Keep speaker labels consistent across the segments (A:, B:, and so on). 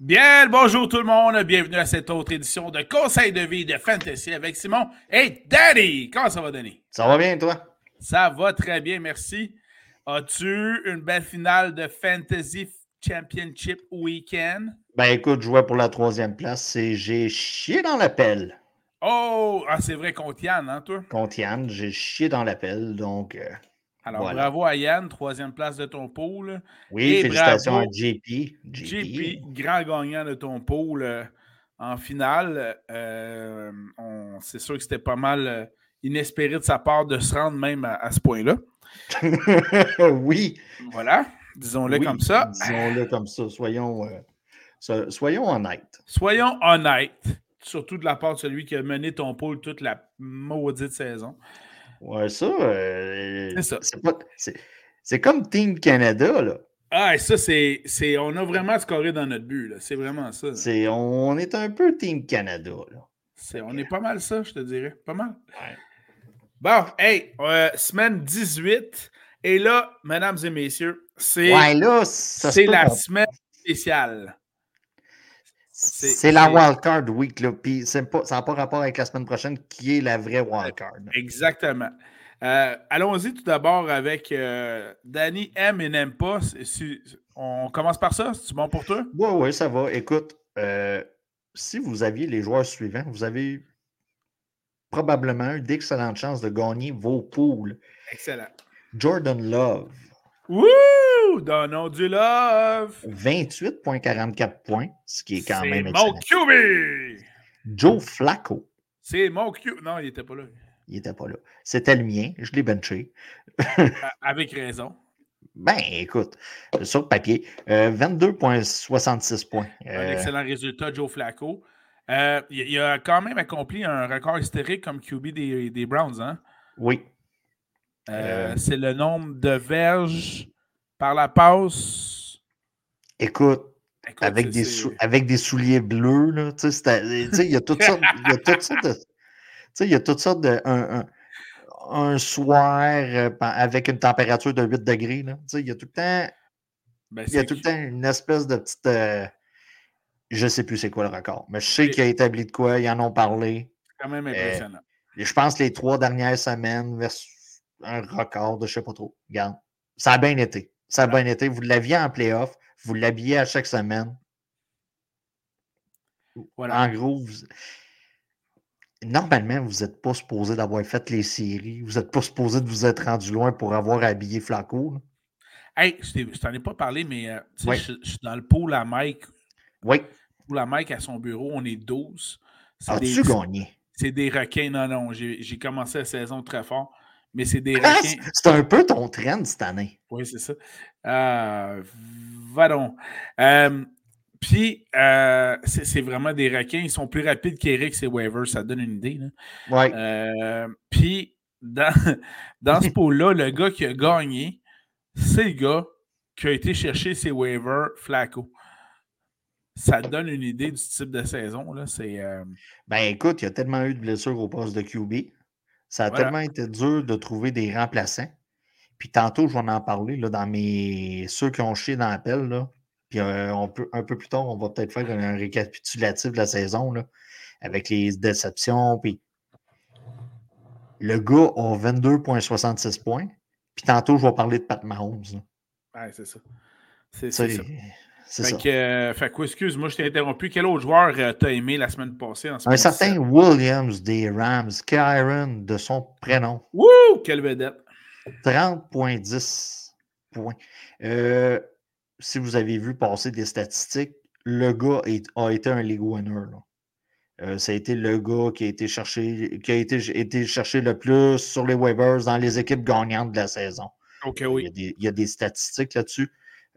A: Bien, bonjour tout le monde, bienvenue à cette autre édition de Conseil de vie de Fantasy avec Simon et Danny. Comment ça va, Danny?
B: Ça va bien, toi?
A: Ça va très bien, merci. As-tu une belle finale de Fantasy Championship Weekend?
B: Ben écoute, je jouais pour la troisième place et j'ai chié dans l'appel.
A: Oh, ah, c'est vrai contre Yann, hein, toi?
B: Contre Yann, j'ai chié dans l'appel, donc. euh,
A: Alors,
B: Voilà.
A: bravo à Yann, troisième place de ton pool.
B: oui,
A: Et
B: félicitations
A: Eh, bravo.
B: à JP.
A: JP, grand gagnant de ton pôle euh, en finale. Euh, on- c'est sûr que c'était pas mal euh, inespéré de sa part de se rendre même à, à ce point-là.
B: oui.
A: Voilà, disons-le
B: oui, Ah.
A: comme ça.
B: Disons-le comme ça. Soyons, euh, so- soyons honnêtes.
A: Soyons honnêtes, surtout de la part de celui qui a mené ton pôle toute la maudite saison.
B: Ouais, ça. euh,
A: C'est ça.
B: pas- c'est- c'est comme Team Canada, là.
A: Ah, et ça, c'est, c'est- On a vraiment scoré dans notre but, là. C'est vraiment ça. là.
B: C'est- on est un peu Team Canada, là.
A: C'est- on est pas mal ça, je te dirais. Pas mal.
B: Ouais.
A: Bon, hey, euh, semaine 18. Et là, mesdames et messieurs, c'est,
B: ouais, là, ça se
A: c'est
B: peut
A: la
B: qu'on-
A: semaine spéciale. c'est-
B: C'est la
A: c'est-
B: wildcard week, là. Puis c'est pas- ça n'a pas rapport avec la semaine prochaine qui est la vraie wildcard.
A: Exactement. Euh, allons-y tout d'abord avec euh, Danny aime et n'aime pas. C'est- c'est- on commence par ça. C'est bon pour toi?
B: Oui, oui, ça va. Écoute, euh, si vous aviez les joueurs suivants, vous avez probablement eu d'excellentes chances de gagner vos poules.
A: Excellent.
B: Jordan Love,
A: Wouh! Donnons du love!
B: 28,44 points, ce qui est quand
A: c'est
B: même
A: mon
B: excellent.
A: QB!
B: Joe Flacco,
A: C'est mon Q. Non, il n'était pas là.
B: il n'était pas là. C'était le mien, je l'ai benché.
A: A- Avec raison.
B: Ben, écoute, sur le papier, euh, 22,66 points.
A: Un
B: Euh,
A: excellent résultat, Joe Flacco. Euh, il, il a quand même accompli un record historique comme QB des, des Browns. Hein?
B: oui,
A: Euh,
B: Euh.
A: C'est le nombre de verges par la passe.
B: écoute,
A: Écoute,
B: avec
A: c'est-
B: des,
A: c'est-
B: sou- avec des souliers bleus, là. Tu sais, c'était- tu sais, il y a toutes sortes, il y a toutes sortes de. Tu sais, il y a toutes sortes de. Un, un- un soir euh, pa- avec une température de 8 degrés, là. Tu sais, il y a tout le temps,
A: ben,
B: il y a
A: c'est
B: tout le
A: Q-
B: temps une espèce de petite. euh, je sais plus c'est quoi le record, mais je sais
A: Et-
B: qu'il a établi de quoi, ils en ont parlé.
A: quand
B: Euh,
A: même impressionnant.
B: Et je pense les trois dernières semaines vers un record de je sais pas trop. Regarde, ça a bien été. Ça a
A: Ah.
B: bien été. Vous l'aviez en playoff, vous l'habillez à chaque semaine.
A: Voilà.
B: En gros, vous- normalement, vous n'êtes pas supposé d'avoir fait les séries. Vous n'êtes pas supposé de vous être rendu loin pour avoir habillé Flacco. là.
A: Hey, je t'ai- je t'en ai pas parlé, mais euh, tu sais,
B: Ouais.
A: je, je suis dans le pot à Mike.
B: Oui,
A: Pour la Mike à son bureau, on est 12. C'est des,
B: as-tu gagné?
A: c'est des requins. Non, non, j'ai j'ai commencé la saison très fort, mais c'est des
B: Ah,
A: requins.
B: c'est- c'est un peu ton trend cette année.
A: Oui, c'est ça. Euh, va donc. Euh, Puis, euh, c'est c'est vraiment des requins. Ils sont plus rapides qu'Eric et Waver. Ça donne une idée. là.
B: Oui,
A: Euh, Puis, dans, dans ce pot-là, le gars qui a gagné, c'est le gars qui a été chercher ses waivers Flacco. Ça donne une idée du type de saison. Là. C'est, euh,
B: ben écoute, il y a tellement eu de blessures au poste de QB. Ça a
A: Voilà.
B: tellement été dur de trouver des remplaçants. Puis tantôt, je vais en parler là, dans mes ceux qui ont chié dans la pelle. Là. Puis euh, on peut, un peu plus tard, on va peut-être faire un récapitulatif de la saison là, avec les déceptions. Puis le gars a 22,66 points. Puis tantôt, je vais parler de Pat Mahomes. là.
A: ouais, c'est ça. C'est, c'est
B: C'est
A: ça.
B: c'est
A: Fait
B: ça.
A: que, euh, fait que, excuse-moi, je t'ai interrompu. Quel autre joueur euh, t'as aimé la semaine passée? En ce
B: Un
A: moment-ci?
B: certain Williams des Rams, Kyron de son prénom,
A: Wouh! Quelle vedette!
B: 30,10 points. Euh, si vous avez vu passer des statistiques, le gars est- a été un league winner. là. Euh, ça a été le gars qui a été cherché, qui a été, été cherché le plus sur les waivers dans les équipes gagnantes de la saison.
A: Ok,
B: Il, y
A: oui.
B: a des, il y a des statistiques là-dessus.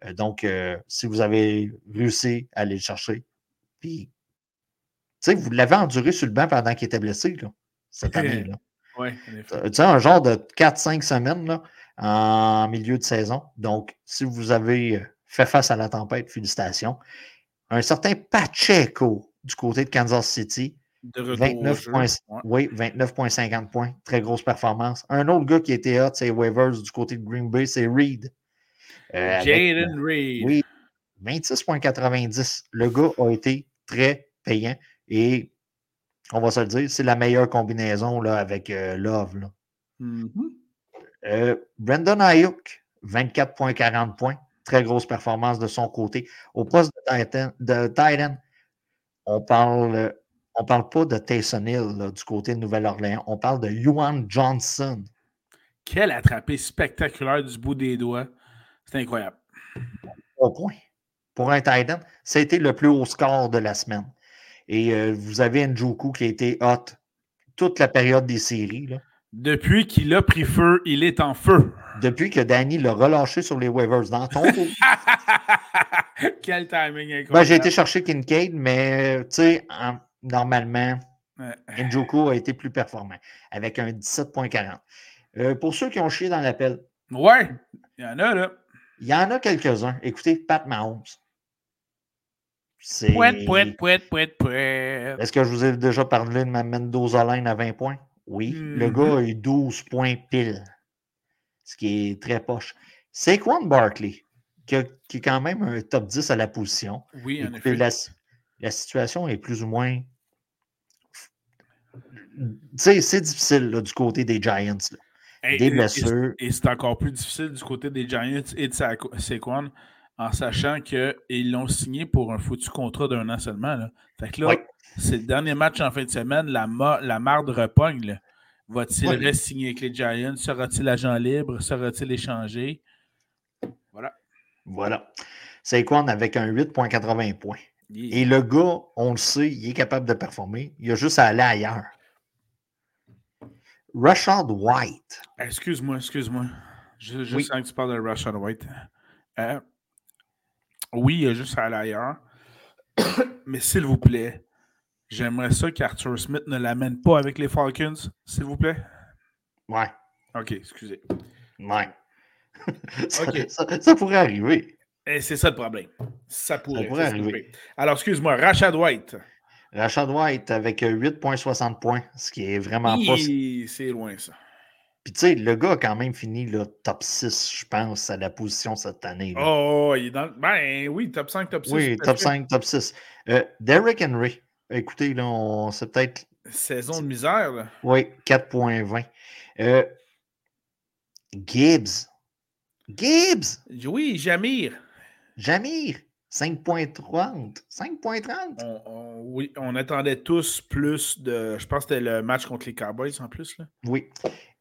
B: Euh, donc, euh, si vous avez réussi à aller le chercher, puis, tu sais, vous l'avez enduré sur le banc pendant qu'il était blessé, là, cette année. là.
A: Ouais, en effet.
B: Euh, Tu sais, un genre de 4-5 semaines là, en milieu de saison. Donc, si vous avez euh, fait face à la tempête, félicitations. Un certain Pacheco du côté de Kansas City,
A: De retour. au
B: 29
A: jeu.
B: points-
A: Ouais.
B: oui, 29,50 points. Très grosse performance. Un autre gars qui était hot, c'est Waivers du côté de Green Bay, c'est Reed. Euh, avec,
A: Jaden Reed.
B: oui, 26,90. Le gars a été très payant et on va se le dire, c'est la meilleure combinaison là, avec euh, Love. là.
A: Mhm.
B: Euh, Brandon Ayuk, 24,40 points. Très grosse performance de son côté. Au poste de Titan, de tight end, on parle, euh, on parle pas de Taysom Hill là, du côté de Nouvelle-Orléans. On parle de Yuan Johnson.
A: Quel attrapé spectaculaire du bout des doigts. C'est incroyable.
B: Trois points pour un tight end. C'était le plus haut score de la semaine. Et euh, vous avez Njoku qui a été hot toute la période des séries. là.
A: Depuis qu'il a pris feu, il est en feu.
B: Depuis que Danny l'a relâché sur les waivers dans ton tour.
A: Quel timing incroyable.
B: Ben, j'ai été chercher Kincaid, mais euh, tu sais, en- normalement,
A: Ouais.
B: Njoku a été plus performant avec un 17.40. Euh, pour ceux qui ont chié dans l'appel,
A: Ouais, il y en a là.
B: il y en a quelques-uns. Écoutez, Pat Mahomes. C'est...
A: Pouet, pouet, pouet, pouet, pouet.
B: Est-ce que je vous ai déjà parlé de ma Mendozoline à 20 points? Oui. Le
A: Mhm.
B: gars a eu 12 points pile. Ce qui est très poche. C'est Quan Barkley, qui, a- qui est quand même un top 10 à la position.
A: Oui, en
B: Écoutez,
A: effet.
B: la, la situation est plus ou moins. Tu sais, c'est difficile là, du côté des Giants. là.
A: Hey,
B: Des
A: et-
B: blessures.
A: Et, c'est encore plus difficile du côté des Giants et de Sa- Saquon en sachant qu'ils l'ont signé pour un foutu contrat d'un an seulement. Là. Fait que là,
B: Ouais.
A: c'est le dernier match en fin de semaine, la, ma- la marde repogne. là. Va-t-il
B: Ouais.
A: re-signer avec les Giants? Sera-t-il agent libre? Sera-t-il échangé?
B: Voilà. C'est Quan avec un 8,80 points.
A: Il-
B: Et le gars, on le sait, il est capable de performer. Il a juste à aller ailleurs. Rashad White.
A: Excuse-moi, excuse-moi. Je, je
B: Oui.
A: sens que tu parles de Rashad White. Euh, oui, il y a juste à aller ailleurs. Mais s'il vous plaît, j'aimerais ça qu'Arthur Smith ne l'amène pas avec les Falcons, s'il vous plaît.
B: Ouais,
A: OK, excusez.
B: ouais. ça,
A: Ok.
B: ça- ça pourrait arriver.
A: Et c'est ça le problème. Ça pourrait,
B: Ça pourrait
A: ça se
B: arriver.
A: peut. Alors, excuse-moi, Rashad White.
B: Rashad White avec euh, 8,60 points, ce qui est vraiment pas.
A: Hi, C'est loin, ça.
B: Puis tu sais, le gars a quand même fini le top 6, je pense, à la position cette année. là.
A: Oh, il est dans. le- Ben oui, top 5, top 6.
B: oui, top 5, top 6. Euh, Derrick Henry. Écoutez, là, on c'est peut-être.
A: Saison de misère, là.
B: Oui, 4,20. Euh, Gibbs. Gibbs!
A: Oui, Jamir.
B: Jamir, 5.30. 5.30.
A: On, on- oui, on attendait tous plus de. Je pense que c'était le match contre les Cowboys en plus. Là.
B: Oui.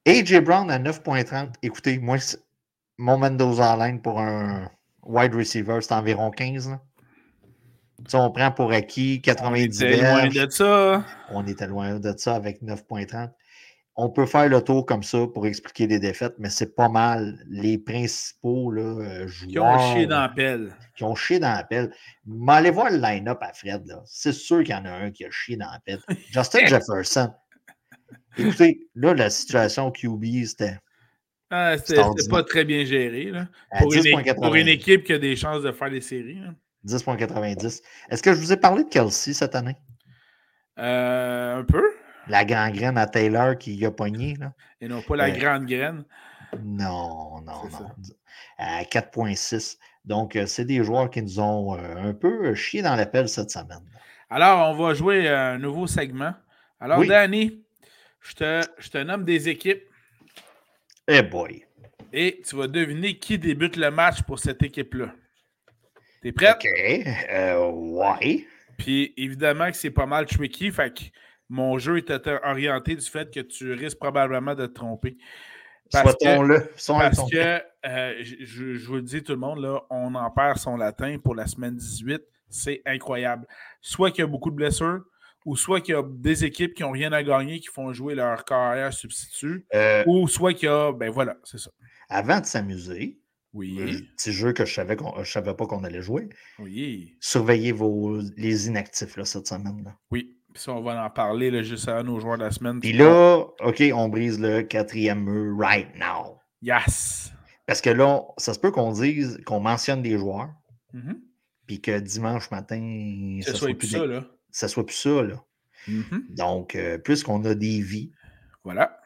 B: AJ Brown à 9.30. Écoutez, moi, c'est- mon Mendoza en ligne pour un wide receiver, c'est environ 15. là. Si on prend pour acquis
A: C'était loin
B: 99,
A: de ça. hein.
B: on était loin de ça avec 9.30. On peut faire le tour comme ça pour expliquer les défaites, mais c'est pas mal les principaux là, euh,
A: Qui ont
B: joueurs
A: chié dans la pelle.
B: qui ont chié dans la pelle. Mais allez voir le line-up à Fred. là. C'est sûr qu'il y en a un qui a chié dans la pelle. Justin Jefferson. Écoutez, là, la situation QB, c'était
A: Ah, c'était
B: C'est
A: c'était pas très bien géré. là.
B: à
A: Pour, une, équipe- pour une
B: 10.90.
A: équipe qui a des chances de faire des séries. hein. là.
B: 10.90. Est-ce que je vous ai parlé de Kelsey cette année?
A: Euh, un peu.
B: La gangrène à Taylor qui y a pogné? Là?
A: Et non pas la
B: Ouais.
A: grande graine.
B: Non, non,
A: C'est
B: non. À 4.6. Donc, euh, c'est des joueurs qui nous ont euh, un peu chié dans la pelle cette semaine.
A: Alors, on va jouer un nouveau segment. Alors,
B: Oui.
A: Danny, je te, je te nomme des équipes
B: Eh boy.
A: et tu vas deviner qui débute le match pour cette équipe-là. T'es prête?
B: OK. Euh, ouais.
A: Puis évidemment que c'est pas mal tricky, fait que mon jeu est atta- orienté du fait que tu risques probablement de te tromper. Parce que-
B: Souhaitons-le. Souhaitons-
A: Parce que, euh, je, je- je vous le dis tout le monde, là, on en perd son latin pour la semaine 18. C'est incroyable. Soit qu'il y a beaucoup de blessures, ou soit qu'il y a des équipes qui n'ont rien à gagner, qui font jouer leur carrière substitut,
B: Euh,
A: ou soit qu'il y a, ben voilà, c'est ça.
B: avant de s'amuser,
A: Oui,
B: petit jeu que je savais qu'on je savais pas qu'on allait jouer.
A: oui,
B: Surveillez vos les inactifs là, cette semaine. Là.
A: oui. Puis ça, on va en parler là, juste à nos joueurs de la semaine.
B: Puis là, OK, on brise le quatrième mur right now.
A: yes!
B: Parce que là, on- ça se peut qu'on dise qu'on mentionne des joueurs,
A: Mhm.
B: puis que dimanche matin,
A: Que ce soit plus ça,
B: des-
A: là.
B: ça soit plus ça. Là.
A: Mhm.
B: Donc, euh, puisqu'on a des vies,
A: Voilà.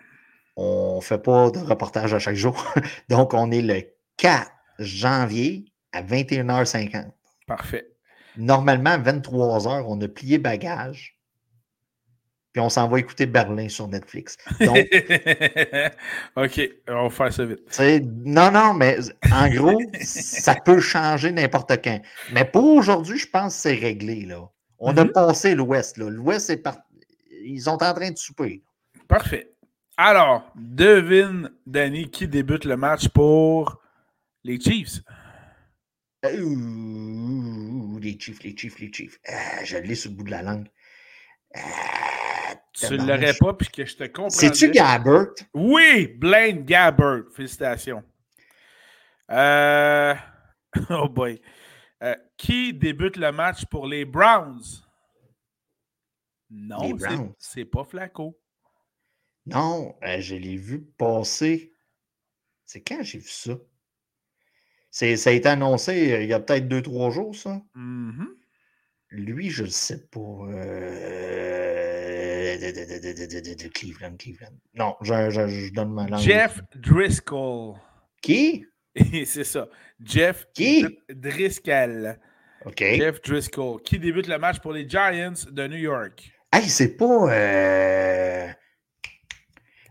B: on fait pas de reportage à chaque jour. Donc, on est le 4 janvier à 21h50.
A: Parfait.
B: Normalement, à 23 heures, on a plié bagage. Puis on s'en va écouter Berlin sur Netflix. Donc,
A: ok, on va faire ça vite.
B: C'est- Non, non, mais en gros, ça peut changer n'importe quand. Mais pour aujourd'hui, je pense que c'est réglé. Là. On a
A: Mhm.
B: passé l'Ouest. là. L'Ouest est parti. Ils sont en train de souper.
A: Parfait. Alors, devine, Danny, qui débute le match pour les Chiefs.
B: Euh, ouh, ouh, ouh, les Chiefs, les Chiefs, les Chiefs. Ah, je l'ai sur le bout de la langue. Ah,
A: Tu ne
B: tabarnouche.
A: l'aurais pas, puis que je te comprends.
B: C'est-tu Gabbert?
A: Oui, Blaine Gabbert. Félicitations. Euh, Oh boy. Euh, qui débute le match pour les Browns?
B: Les
A: Non, c'est-
B: Browns.
A: c'est pas Flacco.
B: Non, euh, je l'ai vu passer. C'est quand j'ai vu ça? C'est, ça a été annoncé euh, il y a peut-être deux, trois jours, ça.
A: Mhm.
B: Lui, je le sais pas. euh, de- de- de- de- de- de- de Cleveland, Cleveland. Non, je, je- je donne ma langue.
A: Jeff Driscoll.
B: Qui?
A: c'est ça. Jeff
B: Qui?
A: Dr- Driscoll.
B: OK.
A: Jeff Driscoll, qui débute le match pour les Giants de New York.
B: Hey, c'est pas. euh,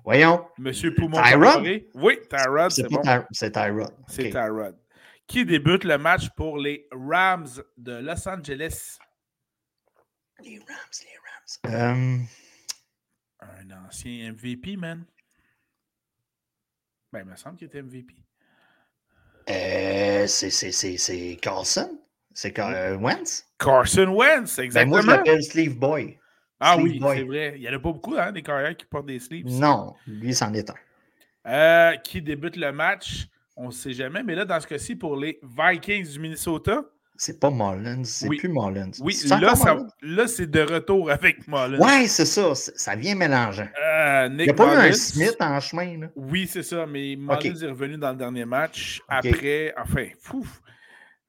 B: Voyons.
A: Monsieur Poumon.
B: Euh, Tyrod?
A: Coloré. Oui, Tyrod,
B: C'est,
A: Ah, c'est
B: pas
A: bon.
B: Ty- c'est Tyrod.
A: C'est
B: OK.
A: Tyrod. Qui débute le match pour les Rams de Los Angeles.
B: Les Rams, les Rams. Euh,
A: Un ancien MVP, man. Ben, il me semble qu'il était MVP.
B: euh, c'est, c'est, c'est, c'est Carlson? C'est Car- euh, Wentz?
A: Carson Wentz,
B: Ben, moi,
A: exactement.
B: je l'appelle Sleeve Boy.
A: ah
B: Sleeve
A: oui,
B: Boy.
A: c'est vrai. Il n'y en a pas beaucoup, hein, des carrières qui portent des sleeves.
B: Non, lui, c'en est un.
A: Euh, qui débute le match, on ne sait jamais. Mais là, dans ce cas-ci, pour les Vikings du Minnesota,
B: C'est pas Mullins, c'est
A: Oui.
B: plus Mullins.
A: oui,
B: C'est
A: là,
B: encore
A: ça-
B: Mullins?
A: là, c'est de retour avec Mullins.
B: Ouais, c'est ça, c'est- ça vient mélangeant.
A: Euh,
B: Il
A: Nick
B: n'y a pas eu un
A: Mullins.
B: Smith en chemin, là.
A: Oui, c'est ça, mais Mullins
B: Ok.
A: est revenu dans le dernier match.
B: Ok.
A: Après, enfin, fouf.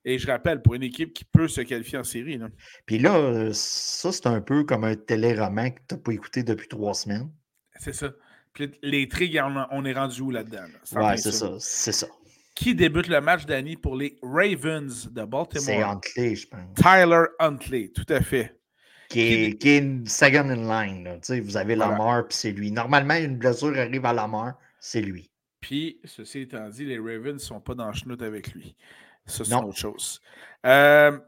A: Et je rappelle, pour une équipe qui peut se qualifier en série, là.
B: Puis là, euh, ça, c'est un peu comme un téléroman que t'as pas écouté depuis trois semaines.
A: c'est ça. Puis les trigues, on, on est rendu où là-dedans? là? en
B: Ouais,
A: fait
B: c'est ça, c'est ça.
A: Qui débute le match, Danny, pour les Ravens de
B: C'est
A: Baltimore?
B: Huntley, je pense.
A: Tyler Huntley, tout à fait.
B: Qui est, qui est une second in line, là. Tu sais, vous avez
A: Voilà.
B: Lamar, puis c'est lui. Normalement, une blessure arrive à Lamar, c'est lui.
A: Puis, ceci étant dit, les Ravens ne sont pas dans le chenoute avec lui. Ça, c'est
B: Non.
A: autre chose. Euh,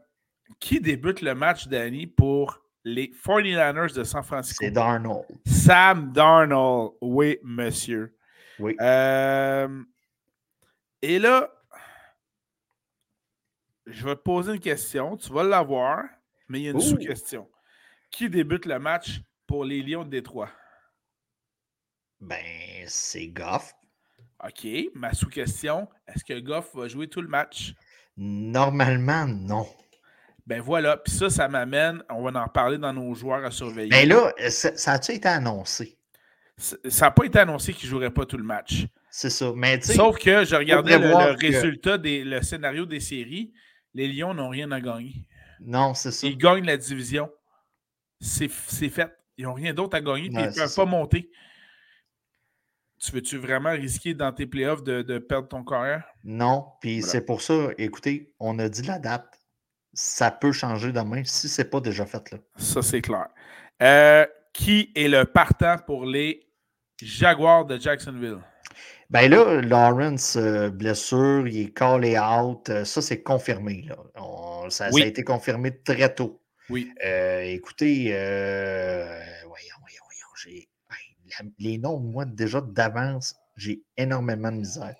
A: qui débute le match, Danny, pour les 49ers de San Francisco?
B: C'est Darnold.
A: Sam Darnold. Oui, monsieur.
B: Oui.
A: Euh, et là, je vais te poser une question. Tu vas l'avoir, mais il y a une
B: Ouh.
A: sous-question. Qui débute le match pour les Lions de Détroit?
B: Ben, c'est Goff.
A: OK, ma sous-question, est-ce que Goff va jouer tout le match?
B: Normalement, non.
A: Ben voilà, puis ça, ça m'amène, on va en parler dans nos joueurs à surveiller.
B: Mais Ben là, euh, ça, ça a-tu été annoncé?
A: C- Ça n'a pas été annoncé qu'il ne jouerait pas tout le match.
B: C'est ça. Mais tu sais,
A: Sauf que je regardais le,
B: prévoir
A: le
B: que-
A: résultat, des, le scénario des séries. Les Lions n'ont rien à gagner.
B: non, c'est ça.
A: Ils gagnent la division. C'est c'est fait. Ils n'ont rien d'autre à gagner. puis
B: Ouais,
A: ils ne
B: c'est
A: peuvent
B: ça.
A: pas monter. Tu veux-tu vraiment risquer dans tes playoffs de, de perdre ton carrière?
B: Non, puis
A: Voilà.
B: c'est pour ça, écoutez, on a dit la date. Ça peut changer demain si c'est pas déjà fait là.
A: Ça, c'est clair. Euh, qui est le partant pour les Jaguars de Jacksonville?
B: Ben là, Lawrence, euh, blessure, il est callé out. euh, ça, c'est confirmé. Là. On- ça, ça
A: Oui.
B: a été confirmé très tôt.
A: Oui.
B: Euh, écoutez, euh, voyons, voyons, voyons. j'ai- hey, la- les noms, moi, déjà d'avance, j'ai énormément de misère.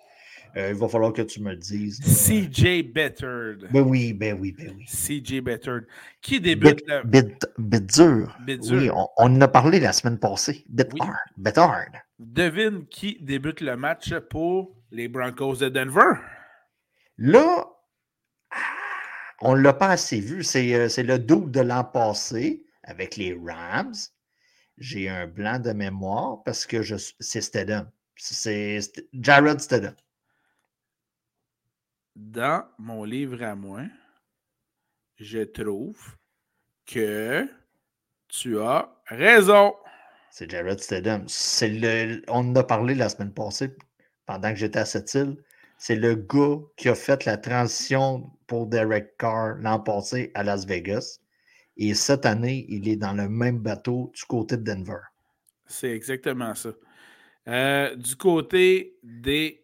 B: Euh, il va falloir que tu me le dises. euh, là.
A: CJ Bettard.
B: Ben oui, ben oui, ben oui.
A: CJ Bettard. Qui débute le.
B: Bit, bit dur.
A: Euh, Bit
B: Oui,
A: dur.
B: on, on en a parlé la semaine passée. Bit
A: Oui.
B: hard. Bit hard.
A: Devine qui débute le match pour les Broncos de Denver.
B: Là, ah, on ne l'a pas assez vu. C'est euh, c'est le double de l'an passé avec les Rams. J'ai un blanc de mémoire parce que je suis- c'est Stedham. C'est St- Jared Stedham.
A: Dans mon livre à moi, je trouve que tu as raison.
B: C'est Jared Stedham. C'est le- On en a parlé la semaine passée pendant que j'étais à cette île. C'est le gars qui a fait la transition pour Derek Carr l'an passé à Las Vegas. Et cette année, il est dans le même bateau du côté de Denver.
A: C'est exactement ça. Euh, du côté des.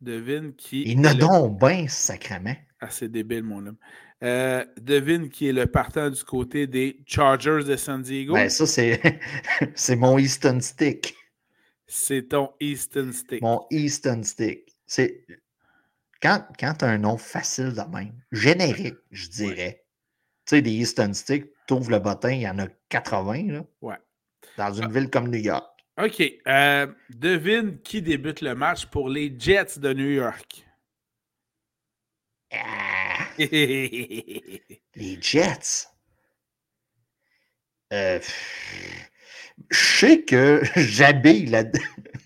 A: Devine qui.
B: Il n'a donc bien, sacrément.
A: Ah, c'est débile, mon homme. Euh, devine qui est le partant du côté des Chargers de San Diego.
B: Ben, ça, c'est, c'est mon Easton Stick.
A: C'est ton Easton Stick.
B: Mon Easton Stick. C'est... Quand, quand tu as un nom facile de même, générique, je dirais. Tu sais, des Easton Stick, tu ouvres le bottin, il y en a 80, là.
A: Ouais. Ah.
B: Dans une ville comme New York.
A: OK. euh, devine qui débute le match pour les Jets de New York.
B: Ah, les Jets. Euh, pff, je sais que j'habille la.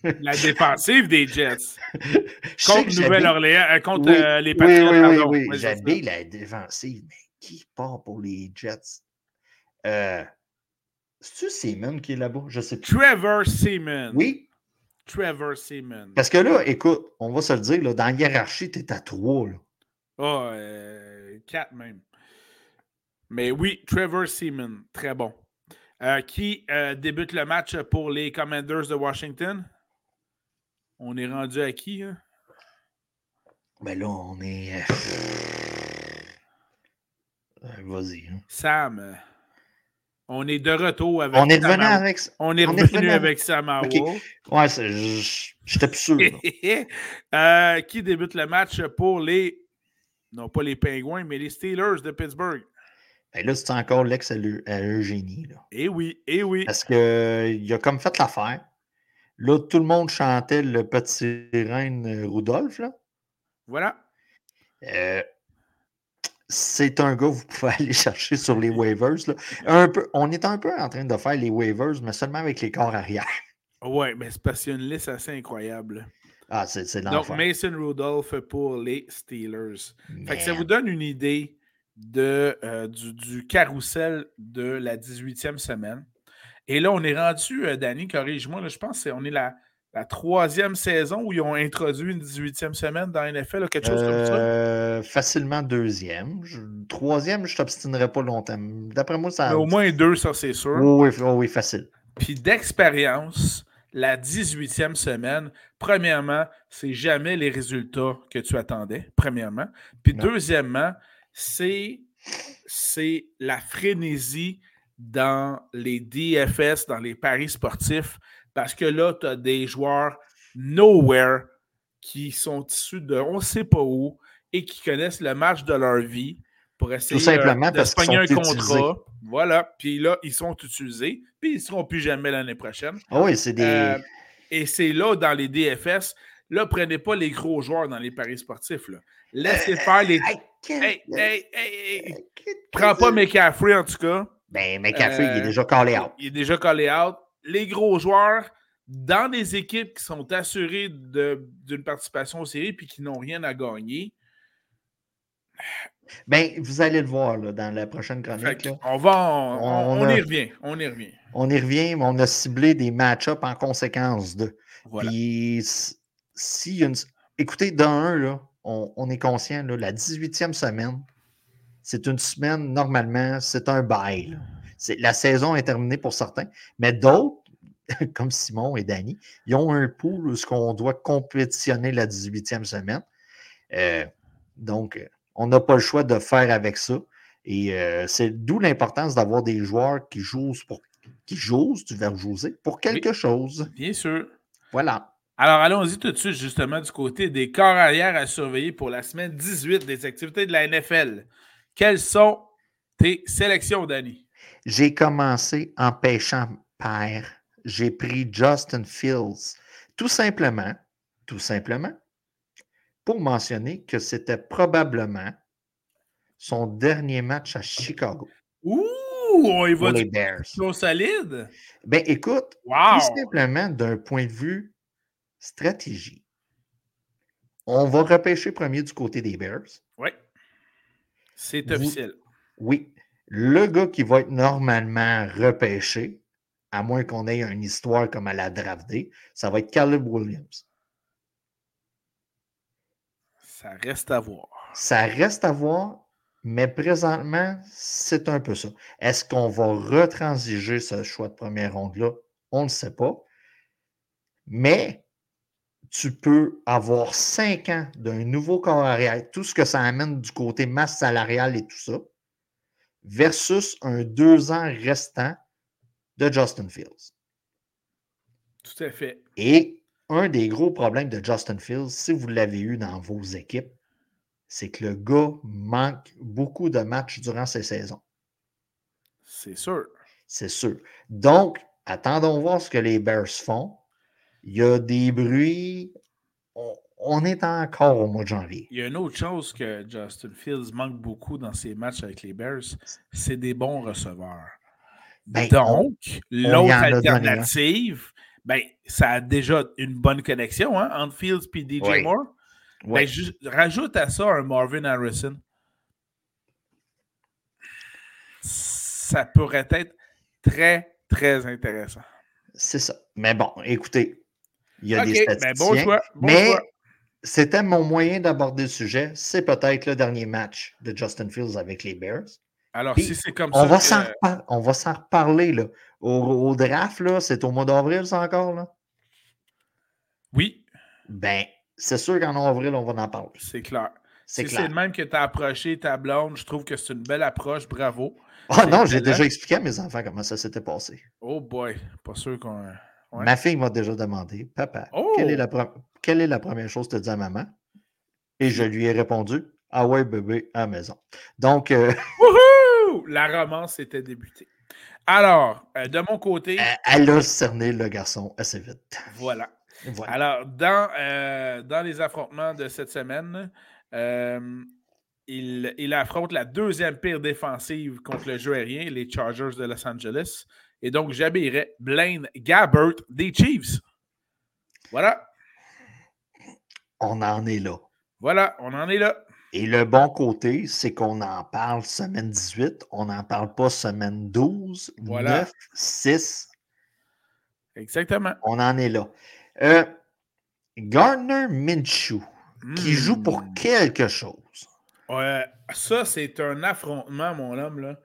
A: La défensive des Jets.
B: je sais que
A: Contre
B: j'habille-
A: Nouvelle-Orléans, euh, contre
B: Oui,
A: euh, les
B: oui,
A: Patriots.
B: oui, oui,
A: pardon.
B: oui,
A: Ouais, c'est ça.
B: j'habille la défensive, mais qui part pour les Jets? Euh, C'est-tu Simon qui est là-bas? Je sais plus.
A: Trevor Seaman.
B: Oui,
A: Trevor Seaman.
B: parce que là, écoute, on va se le dire, là, dans la hiérarchie, tu es à 3.
A: Ah, euh, quatre même. Mais oui, Trevor Seaman, très bon. Euh, qui euh, débute le match pour les Commanders de Washington? On est rendu à qui? hein?
B: Mais Ben là, on est. euh, euh, Vas-y. hein.
A: Sam. euh, On est de retour avec
B: On est
A: Sam
B: revenu
A: Howell.
B: avec. ça.
A: On est
B: on est
A: revenu
B: revenu
A: avec Sam
B: Ok.
A: Howell.
B: Ouais, c'est- je- j'étais plus sûr. là.
A: Euh, qui débute le match pour les. Non, pas les Pingouins, mais les Steelers de Pittsburgh.
B: Mais Ben là, c'est encore l'ex à Eu- à Eugénie. Là.
A: Eh oui, eh oui.
B: Parce qu'il a comme fait l'affaire. Là, tout le monde chantait le petit reine euh, Rudolph. là.
A: Voilà.
B: Euh, c'est un gars que vous pouvez aller chercher sur les waivers. là. Un peu, on est un peu en train de faire les waivers, mais seulement avec les corps arrière.
A: Ouais, mais c'est parce qu'il y a une liste assez incroyable.
B: Ah, c'est c'est
A: Donc,
B: l'enfer.
A: Mason Rudolph pour les Steelers. Fait que ça
B: Man.
A: vous donne une idée de, euh, du, du carrousel de la 18e semaine. Et là, on est rendu, euh, Danny, corrige-moi, là, je pense qu'on est la, la troisième saison où ils ont introduit une 18e semaine dans la NFL, là, quelque chose comme ça.
B: Euh, facilement deuxième. Je- troisième, je t'obstinerai pas longtemps. D'après moi, ça.
A: Mais au moins deux, ça c'est sûr.
B: Oui, oui, oui, facile.
A: Puis d'expérience, la 18e semaine, premièrement, c'est jamais les résultats que tu attendais, premièrement. Puis
B: Non.
A: deuxièmement, c'est c'est la frénésie dans les DFS, dans les paris sportifs, parce que là, tu as des joueurs nowhere qui sont issus de on sait pas où et qui connaissent le match de leur vie pour essayer euh,
B: simplement
A: de
B: parce
A: se
B: qu'ils
A: pogner un
B: sont
A: contrat.
B: utilisés.
A: Voilà. Puis là, ils sont utilisés, puis ils ne seront plus jamais l'année prochaine.
B: Ah oui, c'est des.
A: Euh, et c'est là, dans les DFS, là, prenez pas les gros joueurs dans les paris sportifs. là.
B: Euh,
A: Laissez faire les.
B: Hey, quel-
A: Hey, hey, hey, hey.
B: Euh, quel-
A: Prends pas McCaffrey, en tout cas.
B: Ben, McAfee, il
A: Euh,
B: est déjà callé out.
A: Il est déjà collé out. Les gros joueurs, dans des équipes qui sont assurées de- d'une participation aux séries puis qui n'ont rien à gagner,
B: Ben, vous allez le voir là, dans la prochaine chronique. là.
A: on va, on,
B: On-
A: on
B: on a-
A: y revient, on y revient.
B: On y revient, mais on a ciblé des match-ups en conséquence de.
A: Voilà.
B: Puis, s- s'il y a une- Écoutez, dans un, là, on, on est conscient, là, la 18e semaine, c'est une semaine, normalement, c'est un bail. là. C'est- La saison est terminée pour certains, mais d'autres, comme Simon et Danny, ils ont un pool où ce qu'on doit compétitionner la 18e semaine. Euh, donc, euh, on n'a pas le choix de faire avec ça. Et euh, c'est d'où l'importance d'avoir des joueurs qui jouent pour qui jouent, tu vas jouer pour quelque chose.
A: Bien sûr.
B: Voilà.
A: Alors, allons-y tout de suite, justement, du côté des corps arrière à surveiller pour la semaine 18 des activités de la NFL. Quelles sont tes sélections, Danny?
B: J'ai commencé en pêchant père. J'ai pris Justin Fields. Tout simplement, tout simplement, pour mentionner que c'était probablement son dernier match à Chicago
A: Ouh, on y
B: pour
A: va
B: les
A: du
B: Bears.
A: plomb solide?
B: Ben écoute,
A: Wow!
B: tout simplement d'un point de vue stratégie, on va repêcher premier du côté des Bears.
A: Oui. C'est
B: Vous-
A: officiel.
B: Oui, le gars qui va être normalement repêché, à moins qu'on ait une histoire comme à la draft day, ça va être Caleb Williams.
A: Ça reste à voir.
B: Ça reste à voir, mais présentement, c'est un peu ça. Est-ce qu'on va retransiger ce choix de première ronde-là? On ne sait pas. Mais tu peux avoir cinq ans d'un nouveau corps arrière, tout ce que ça amène du côté masse salariale et tout ça, versus un deux ans restant de Justin Fields.
A: Tout à fait.
B: Et un des gros problèmes de Justin Fields, si vous l'avez eu dans vos équipes, c'est que le gars manque beaucoup de matchs durant ces saisons.
A: C'est sûr.
B: C'est sûr. Donc, attendons voir ce que les Bears font. Il y a des bruits. On, on est encore au mois de janvier.
A: Il y a une autre chose que Justin Fields manque beaucoup dans ses matchs avec les Bears, c'est des bons receveurs.
B: Ben,
A: Donc,
B: on y
A: l'autre
B: en a donné un.
A: alternative, ben, ça a déjà une bonne connexion hein, entre Fields et DJ
B: Oui.
A: Moore. Ben,
B: Ouais.
A: ju- rajoute à ça un Marvin Harrison. Ça pourrait être très, très intéressant.
B: C'est ça. Mais bon, écoutez, il y a
A: Ok,
B: des
A: ben,
B: statistiques.
A: bon choix. bon
B: mais
A: choix.
B: c'était mon moyen d'aborder le sujet. C'est peut-être le dernier match de Justin Fields avec les Bears.
A: Alors,
B: puis,
A: si c'est comme
B: On
A: ça.
B: va,
A: que-
B: s'en repar- on va s'en reparler là. Au, au draft, là, c'est au mois d'avril, ça encore. Là.
A: Oui,
B: Ben, c'est sûr qu'en avril, on va en parler.
A: c'est clair.
B: C'est
A: si c'est
B: clair.
A: le même que tu as approché ta blonde, je trouve que c'est une belle approche. Bravo.
B: Ah non,
A: c'est
B: j'ai
A: excellent.
B: déjà expliqué à mes enfants comment ça s'était passé.
A: Oh boy, pas sûr qu'on. Ouais.
B: Ma fille m'a déjà demandé, papa,
A: Oh!
B: quelle, est la pre- quelle est la première chose que tu dis à maman? Et je lui ai répondu, ah ouais, bébé, à la maison. Donc, euh,
A: Wouhou! La romance était débutée. Alors, euh, de mon côté,
B: elle- elle a cerné le garçon assez vite.
A: voilà.
B: Voilà.
A: Alors, dans, euh, dans les affrontements de cette semaine, euh, il, il affronte la deuxième pire défensive contre le jeu aérien, les Chargers de Los Angeles. Et donc, j'habillerai Blaine Gabbert des Chiefs. Voilà,
B: On en est là.
A: voilà, on en est là.
B: Et le bon côté, c'est qu'on en parle semaine 18, on n'en parle pas semaine 12,
A: Voilà.
B: 9, 6,
A: Exactement.
B: on en est là. Euh, Gardner Minshew, qui joue pour
A: Hmm.
B: quelque chose.
A: Ouais, ça, c'est un affrontement, mon homme. Là.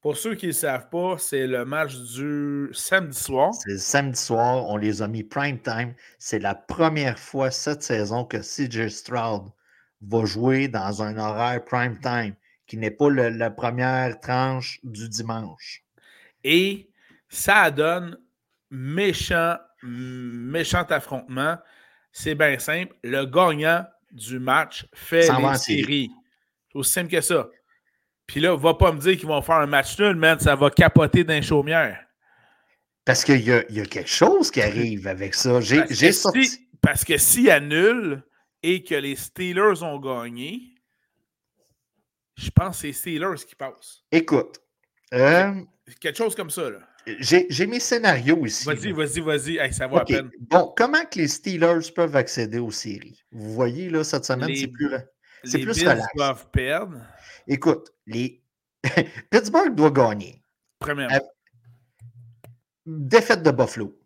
A: Pour ceux qui ne savent pas, c'est le match du samedi soir.
B: C'est le samedi soir, on les a mis prime time. C'est la première fois cette saison que CJ Stroud va jouer dans un horaire prime time qui n'est pas le- la première tranche du dimanche.
A: Et ça donne méchant, méchant affrontement. C'est bien simple. Le gagnant du match fait
B: S'en va en
A: les
B: série.
A: séries. C'est aussi simple que ça. Puis là, va pas me dire qu'ils vont faire un match nul, man. Ça va capoter d'un chaumière.
B: Parce qu'il y a, il y a quelque chose qui arrive avec ça. J'ai,
A: Parce que
B: j'ai
A: si-
B: sorti.
A: Parce que s'il annule et que les Steelers ont gagné, je pense que c'est Steelers qui passent.
B: Écoute, euh,
A: Quelque chose comme ça, là.
B: j'ai, j'ai mes scénarios ici.
A: Vas-y,
B: là.
A: vas-y, vas-y. Hey, ça vaut
B: OK.
A: à peine.
B: Bon, comment que les Steelers peuvent accéder aux séries? Vous voyez, là, cette semaine,
A: Les-
B: c'est plus. ra- C'est
A: Les
B: plus
A: Bills
B: relax.
A: doivent perdre.
B: Écoute, les... Pittsburgh doit gagner.
A: Premièrement.
B: Euh, défaite de Buffalo.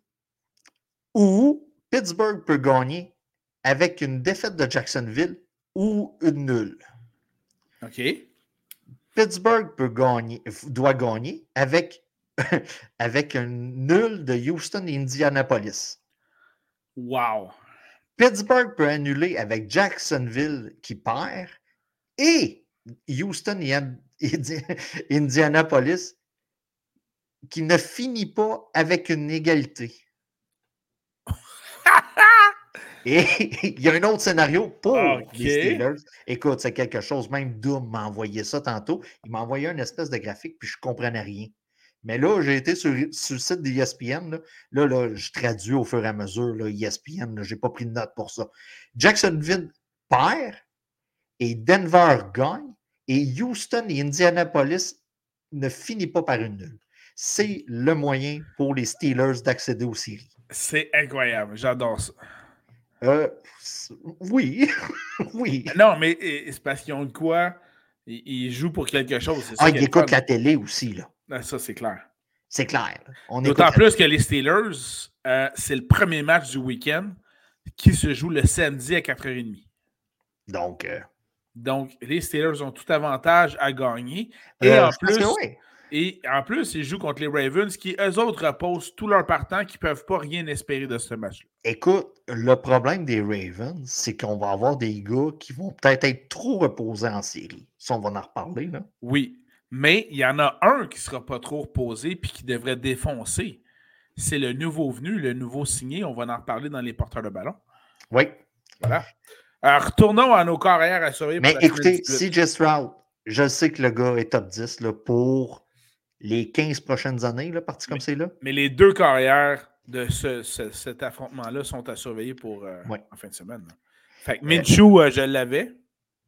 B: Ou Pittsburgh peut gagner avec une défaite de Jacksonville ou une nulle.
A: OK.
B: Pittsburgh peut gagner, f- doit gagner avec, avec une nulle de Houston et Indianapolis.
A: Wow.
B: Pittsburgh peut annuler avec Jacksonville qui perd et Houston et An- Indi- Indianapolis qui ne finit pas avec une égalité. Et il y a un autre scénario pour
A: Ok.
B: les Steelers. Écoute, c'est quelque chose. Même Doom m'a envoyé ça tantôt. Il m'a envoyé une espèce de graphique, puis je ne comprenais rien. Mais là, j'ai été sur, sur le site d'ESPN. Là. Là, là, je traduis au fur et à mesure là, E ESPN. Je n'ai pas pris de notes pour ça. Jacksonville perd et Denver gagne et Houston et Indianapolis ne finit pas par une nulle. C'est le moyen pour les Steelers d'accéder aux séries.
A: C'est incroyable. J'adore ça.
B: Euh, s- oui, oui.
A: Non, mais eh, c'est parce qu'ils ont de quoi. Ils, ils jouent pour quelque chose. c'est ça
B: Ah,
A: qui
B: ils
A: est le
B: écoutent
A: fun.
B: la télé aussi, là.
A: Ah, Ça, c'est clair.
B: C'est clair. là. On écoute
A: D'autant
B: la-
A: plus que les Steelers, euh, c'est le premier match du week-end qui se joue le samedi à 4h30.
B: Donc, euh,
A: Donc, les Steelers ont tout avantage à gagner. Et,
B: Euh,
A: en
B: je pense
A: plus,
B: que oui.
A: et en plus, ils jouent contre les Ravens qui, eux autres, reposent tous leurs partants qui ne peuvent pas rien espérer de ce match-là.
B: Écoute, le problème des Ravens, c'est qu'on va avoir des gars qui vont peut-être être trop reposés en série. Ça, on va en reparler, là.
A: Oui, mais il y en a un qui ne sera pas trop reposé puis qui devrait défoncer. C'est le nouveau venu, le nouveau signé. On va en reparler dans les porteurs de ballon.
B: Oui.
A: Voilà. Alors, retournons à nos carrières à surveiller. pour
B: Mais
A: la semaine
B: écoutez,
A: 18.
B: CJ Stroud, je sais que le gars est top 10 là, pour les 15 prochaines années, là, parti comme c'est là.
A: Mais les deux carrières de ce- ce- cet affrontement-là sont à surveiller pour euh,
B: Ouais.
A: en fin de semaine. là. Fait que Minshew, euh, je l'avais.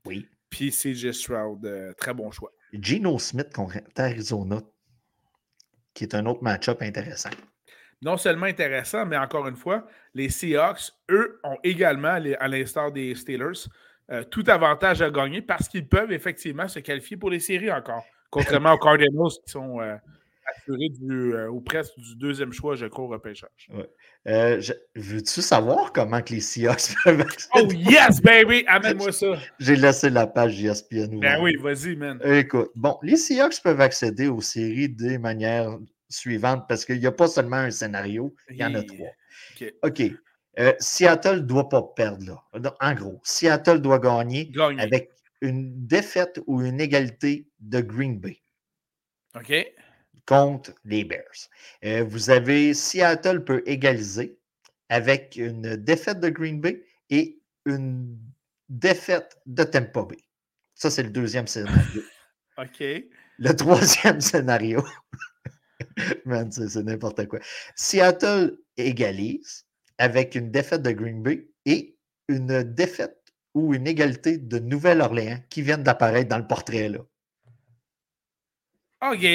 B: Oui.
A: Puis CJ Stroud, euh, très bon choix.
B: Gino Smith contre Arizona, qui est un autre match-up intéressant.
A: Non seulement intéressant, mais encore une fois, les Seahawks, eux, ont également, les- à l'instar des Steelers, euh, tout avantage à gagner parce qu'ils peuvent effectivement se qualifier pour les séries encore. Contrairement aux Cardinals qui sont euh, assurés du, euh, ou presque du deuxième choix, je crois, au repêchage.
B: Euh, je- Veux-tu savoir comment que les Seahawks peuvent
A: Oh yes, baby! Amène-moi ça!
B: J'ai laissé la page E ESPN ouverte.
A: Ben oui, vas-y, man.
B: Écoute, bon, les Seahawks peuvent accéder aux séries des manières suivantes parce qu'il n'y a pas seulement un scénario, il y en a
A: Hi.
B: trois.
A: OK.
B: OK. Euh, Seattle ne doit pas perdre, là. Non, En gros, Seattle doit gagner
A: Gagné.
B: avec une défaite ou une égalité de Green Bay
A: OK?
B: contre les Bears. Euh, vous avez Seattle peut égaliser avec une défaite de Green Bay et une défaite de Tampa Bay. Ça, c'est le deuxième scénario.
A: OK.
B: Le troisième scénario. Man, c'est c'est n'importe quoi. Seattle égalise avec une défaite de Green Bay et une défaite ou une égalité de Nouvelle-Orléans qui viennent d'apparaître dans le portrait. Là.
A: OK.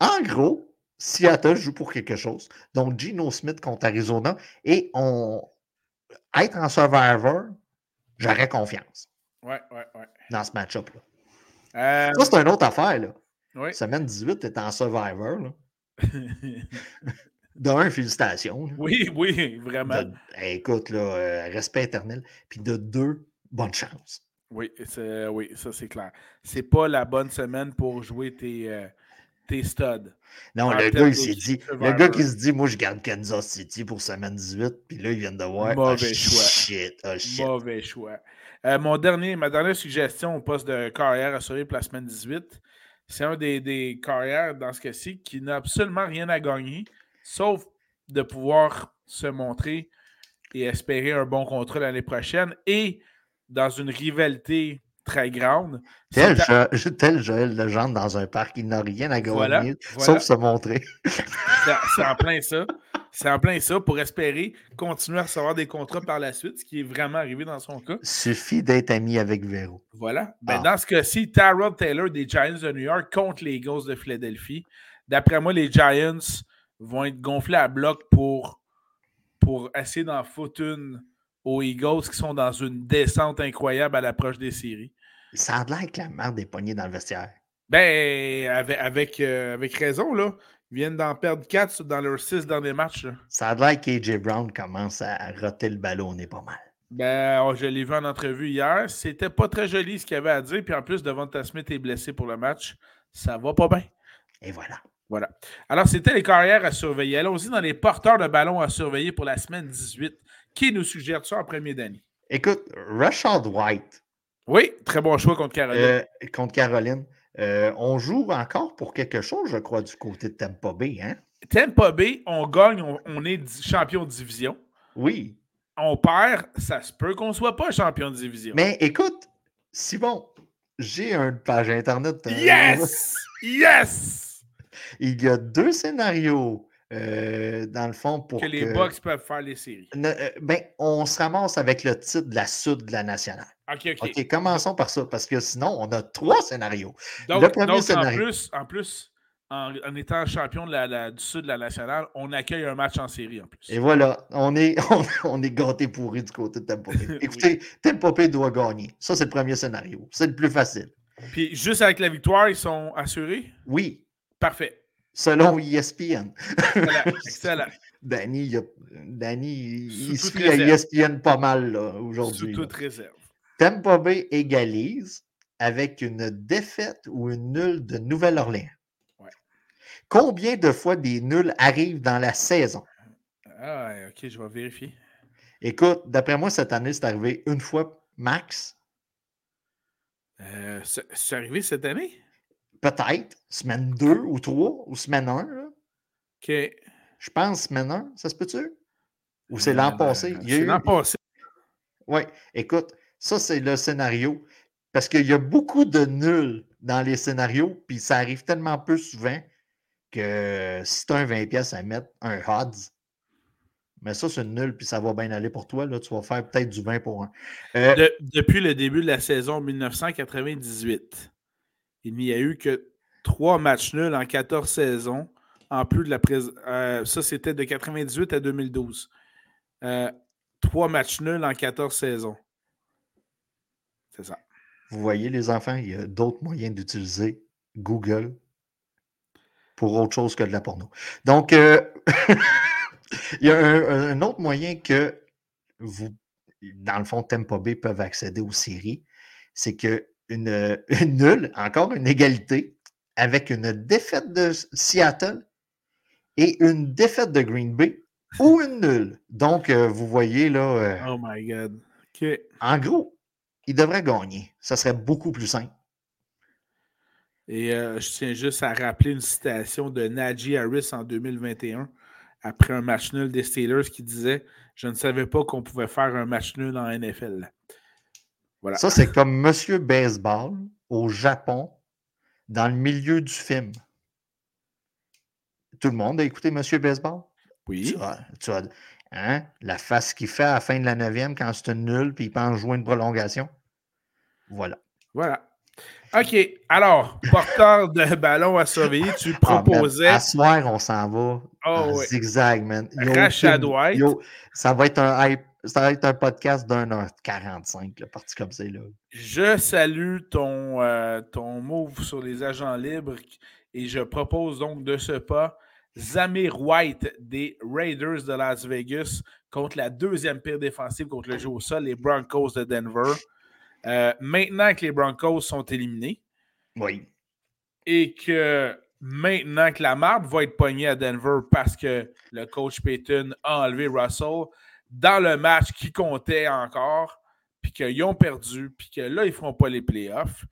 B: En gros, Seattle joue pour quelque chose. Donc, Gino Smith contre Arizona et on être en survivor, j'aurais confiance
A: Ouais, ouais, ouais.
B: dans ce match-up-là.
A: Euh,
B: Ça, c'est une autre affaire. Là.
A: ouais.
B: Semaine 18, tu en survivor. Là. De un, félicitations. là.
A: Euh, oui, oui, vraiment.
B: De- eh, écoute, là, euh, respect éternel. Puis de deux, bonne chance.
A: Oui, c'est- oui, ça c'est clair. C'est pas la bonne semaine pour jouer tes, euh, tes studs.
B: Non,
A: Ah,
B: le
A: peut-être
B: gars, il
A: aussi
B: s'est dit, le
A: Survivor.
B: gars qui se dit, moi, je garde Kansas City pour semaine 18, puis là, ils viennent de voir. oh,
A: Mauvais choix.
B: Shit, oh, shit.
A: Mauvais choix. Euh, mon dernier, ma dernière suggestion au poste de carrière assuré pour la semaine 18, c'est un des, des carrières dans ce cas-ci qui n'a absolument rien à gagner, sauf de pouvoir se montrer et espérer un bon contrat l'année prochaine et dans une rivalité très grande.
B: Tel,
A: c'est à-
B: Jo- tel Joël Legendre dans un parc, il n'a rien à gagner,
A: Voilà, voilà.
B: sauf se montrer.
A: C'est- C'est en plein ça. C'est en plein ça pour espérer continuer à recevoir des contrats par la suite, ce qui est vraiment arrivé dans son cas.
B: Suffit d'être ami avec Véro.
A: Voilà. Ben,
B: Ah.
A: Dans ce cas-ci, Tyrod Taylor des Giants de New York contre les Eagles de Philadelphie. D'après moi, les Giants vont être gonflés à bloc pour, pour essayer d'en foutre une aux Eagles qui sont dans une descente incroyable à l'approche des séries.
B: Ça a l'air que la merde est pognée dans le vestiaire.
A: Ben, avec, avec, euh, avec raison, là. Ils viennent d'en perdre 4 dans leurs 6 derniers matchs. là.
B: Ça a l'air qu'AJ Brown commence à roter le ballon, on est pas mal.
A: Ben, oh, je l'ai vu en entrevue hier. C'était pas très joli ce qu'il avait à dire. Puis en plus, Devonta Smith est blessé pour le match. Ça va pas bien.
B: Et voilà.
A: Voilà. Alors, c'était les carrières à surveiller. Allons-y dans les porteurs de ballon à surveiller pour la semaine 18. Qui nous suggère ça en premier, Danny?
B: Écoute, Rashad White,
A: Oui, très bon choix contre Caroline.
B: Euh, contre Caroline. Euh, on joue encore pour quelque chose, je crois, du côté de Tampa Bay, hein?
A: Tampa Bay, on gagne, on, on est di- champion de division.
B: Oui.
A: On perd, ça se peut qu'on soit pas champion de division.
B: Mais écoute, Simon, j'ai une page Internet. euh,
A: Yes! Yes!
B: Il y a deux scénarios, euh, dans le fond, pour
A: Que les
B: que-
A: Bucks peuvent faire les séries.
B: Ne- euh, ben, on se ramasse avec le titre de la Sud de la Nationale.
A: OK, OK.
B: OK, commençons par ça, parce que sinon, on a trois scénarios.
A: Donc,
B: Le premier
A: donc, en
B: scénario.
A: plus, en, plus en, en étant champion de la- la- du sud de la nationale, on accueille un match en série en plus.
B: Et voilà, on est, on, on est gâté pourri du côté de Tampa Bay.
A: Oui.
B: Écoutez, Tampa Bay doit gagner. Ça, c'est le premier scénario. C'est le plus facile.
A: Puis juste avec la victoire, ils sont assurés.
B: Oui,
A: Parfait.
B: selon E ESPN.
A: Excellent. Excellent.
B: Danny, il, a- Danny, il
A: Sous
B: il
A: toute
B: suit à E
A: réserve.
B: ESPN pas mal là,
A: Sous
B: aujourd'hui. là.
A: toute réserve.
B: Tampa Bay égalise avec une défaite ou une nulle de Nouvelle-Orléans.
A: Ouais.
B: Combien de fois des nuls arrivent dans la saison?
A: Ah, ok, je vais vérifier.
B: Écoute, d'après moi, cette année, c'est arrivé une fois max,
A: Euh, c'est c'est arrivé cette année?
B: peut-être, semaine 2 ou 3 ou semaine 1. là.
A: Ok.
B: Je pense semaine 1, ça se peut-tu? Ou c'est
A: Euh,
B: l'an passé? Il y a
A: C'est
B: eu-
A: l'an passé.
B: Oui, écoute, ça, c'est le scénario. Parce qu'il y a beaucoup de nuls dans les scénarios, puis ça arrive tellement peu souvent que si tu as un 20$ à mettre, un odds, mais ça, c'est nul, puis ça va bien aller pour toi. Là, tu vas faire peut-être du 20 pour un. Euh,
A: De- depuis le début de la saison 1998, il n'y a eu que trois matchs nuls en 14 saisons, en plus de la prés- euh, ça, c'était de 98 à 2012. Euh, trois matchs nuls en 14 saisons. C'est ça.
B: Vous voyez, les enfants, il y a d'autres moyens d'utiliser Google pour autre chose que de la porno. Donc, euh, il y a un, un autre moyen que vous, dans le fond, Tempo B peuvent accéder aux séries, c'est que une, une nulle, encore une égalité, avec une défaite de Seattle et une défaite de Green Bay ou une nulle. Donc, euh, vous voyez là. euh,
A: Oh my God. OK.
B: en gros, il devrait gagner. Ça serait beaucoup plus simple.
A: Et euh, je tiens juste à rappeler une citation de Najee Harris en 2021, après un match nul des Steelers, qui disait Je ne savais pas qu'on pouvait faire un match nul en NFL. Voilà.
B: Ça, c'est comme Monsieur Baseball au Japon, dans le milieu du film. Tout le monde a écouté Monsieur Baseball?
A: oui.
B: Tu as, tu as- hein, la face qu'il fait à la fin de la neuvième quand c'est une nulle, puis il pense jouer une prolongation. Voilà.
A: Voilà. OK. Alors, porteur de ballon à surveiller, tu
B: Ah, man,
A: proposais.
B: à soir, on s'en va en
A: Oh, oui.
B: zigzag, man. Il y a
A: Rashad
B: aucune-
A: White.
B: il y a- ça va être un hype- Ça va être un podcast d'un heure 45, là, parti comme ça. Là.
A: Je salue ton, euh, ton move sur les agents libres et je propose donc de ce pas Zamir White des Raiders de Las Vegas contre la deuxième pire défensive contre le jeu au sol, les Broncos de Denver. Euh, maintenant que les Broncos sont éliminés
B: Oui.
A: et que maintenant que la marde va être pognée à Denver parce que le coach Payton a enlevé Russell dans le match qui comptait encore, puis qu'ils ont perdu, puis que là, ils ne feront pas les playoffs,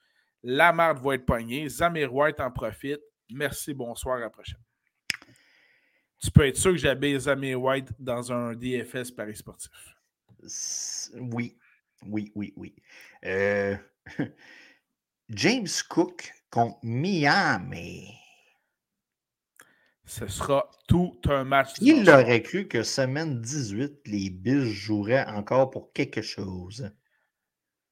A: la marde va être pognée. Zamir White en profite. Merci, bonsoir, à la prochaine. Tu peux être sûr que j'habille Zamir White dans un DFS Paris sportif.
B: S- Oui, oui, oui, oui. Euh, James Cook contre Miami.
A: Ce sera tout un match.
B: Il
A: dimanche.
B: aurait cru que semaine 18, les Bills joueraient encore pour quelque chose.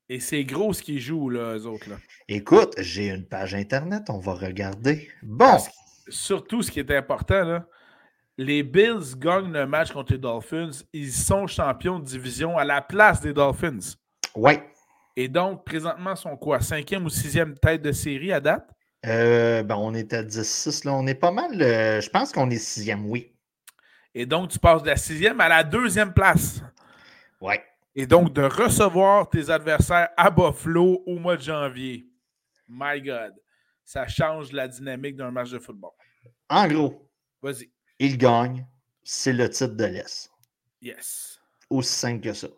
A: Et c'est gros ce qu'ils jouent, là, eux autres. Là.
B: Écoute, j'ai une page Internet, on va regarder. Bon,
A: Parce que- surtout, ce qui est important, là, les Bills gagnent le match contre les Dolphins. Ils sont champions de division à la place des Dolphins.
B: ouais.
A: Et donc, présentement, ils sont quoi? Cinquième ou sixième tête de série à date?
B: Euh, ben, on est à 16 là. On est pas mal. euh, je pense qu'on est sixième, oui.
A: Et donc, tu passes de la sixième à la deuxième place.
B: Ouais.
A: Et donc, de recevoir tes adversaires à Buffalo au mois de janvier. My God. Ça change la dynamique d'un match de football.
B: En gros,
A: Vas-y.
B: il gagne. C'est le titre de l'Est.
A: Yes.
B: aussi simple que ça.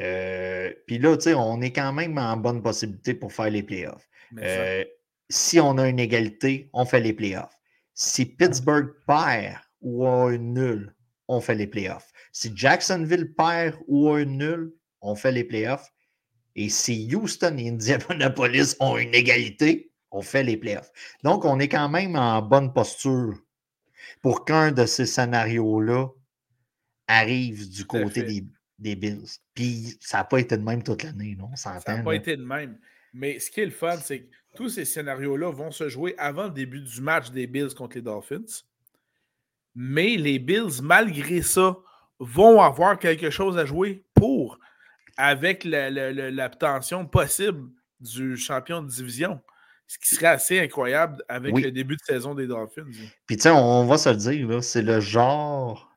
B: Euh, Puis là, tu sais, on est quand même en bonne possibilité pour faire les playoffs.
A: Mais ça-
B: Euh, si on a une égalité, on fait les playoffs. Si
A: Ah.
B: Pittsburgh perd ou a un nul, on fait les playoffs. Si Jacksonville perd ou a un nul, on fait les playoffs. Et si Houston et Indianapolis ont une égalité, on fait les playoffs. Donc, on est quand même en bonne posture pour qu'un de ces scénarios-là arrive du
A: Tout à
B: côté
A: fait.
B: des, des Bills. Puis, ça n'a pas été de même toute l'année, non? On
A: Ça n'a
B: s'entend.
A: pas
B: là.
A: été de même. Mais ce qui est le fun, c'est que tous ces scénarios-là vont se jouer avant le début du match des Bills contre les Dolphins. Mais les Bills, malgré ça, vont avoir quelque chose à jouer pour, avec la- la- la- l'obtention possible du champion de division. Ce qui serait assez incroyable avec
B: Oui.
A: le début de saison des Dolphins. hein.
B: Puis, tu sais, on va se le dire, là, c'est le genre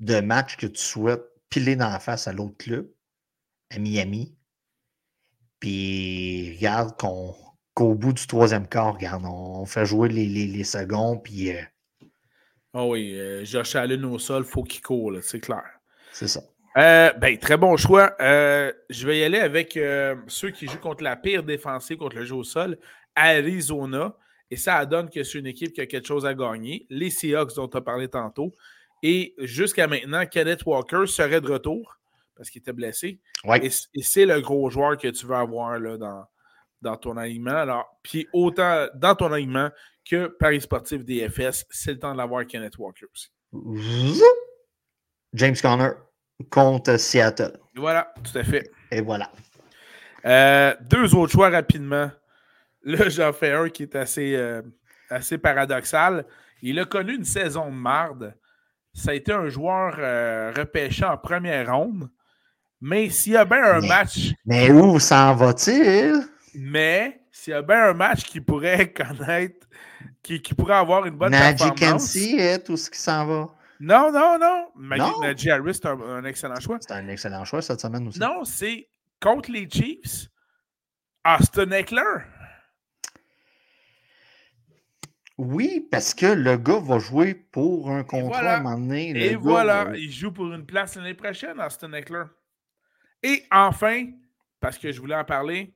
B: de match que tu souhaites piler dans la face à l'autre club, à Miami. Puis regarde qu'on, qu'au bout du troisième quart, regarde, on, on fait jouer les, les, les secondes, puis euh,
A: Ah oui, euh, Josh Allen au sol, faut qu'il court, là, c'est clair.
B: c'est ça.
A: Euh, ben, très bon choix. Euh, je vais y aller avec euh, ceux qui jouent contre la pire défensive contre le jeu au sol, Arizona. Et ça donne que c'est une équipe qui a quelque chose à gagner. Les Seahawks dont on a parlé tantôt. Et jusqu'à maintenant, Kenneth Walker serait de retour parce qu'il était blessé.
B: Ouais.
A: Et, c- et c'est le gros joueur que tu veux avoir là, dans, dans ton alignement. Alors, puis autant dans ton alignement que Paris Sportif DFS, c'est le temps de l'avoir Kenneth Walker aussi.
B: Zoup! James Conner contre Seattle.
A: Et voilà, tout à fait.
B: Et voilà.
A: Euh, deux autres choix rapidement. Là, j'en fais un qui est assez, euh, assez paradoxal. Il a connu une saison de marde. Ça a été un joueur euh, repêché en première ronde. Mais s'il y a bien un
B: Mais-
A: match,
B: Mais où s'en va-t-il?
A: mais s'il y a bien un match qui pourrait connaître, qui, qui pourrait avoir une bonne
B: Najee
A: performance.
B: Kansi, hein, tout ce qui s'en va.
A: Non, non, non. Magic
B: Non.
A: Najee Harris, c'est un- un excellent choix.
B: C'est un excellent choix cette semaine aussi.
A: Non, c'est contre les Chiefs, Austin Eckler.
B: Oui, parce que le gars va jouer pour un contrat
A: voilà.
B: à un moment donné. le
A: Et
B: gars,
A: voilà,
B: euh,
A: il joue pour une place l'année prochaine, Austin Eckler. Et enfin, parce que je voulais en parler,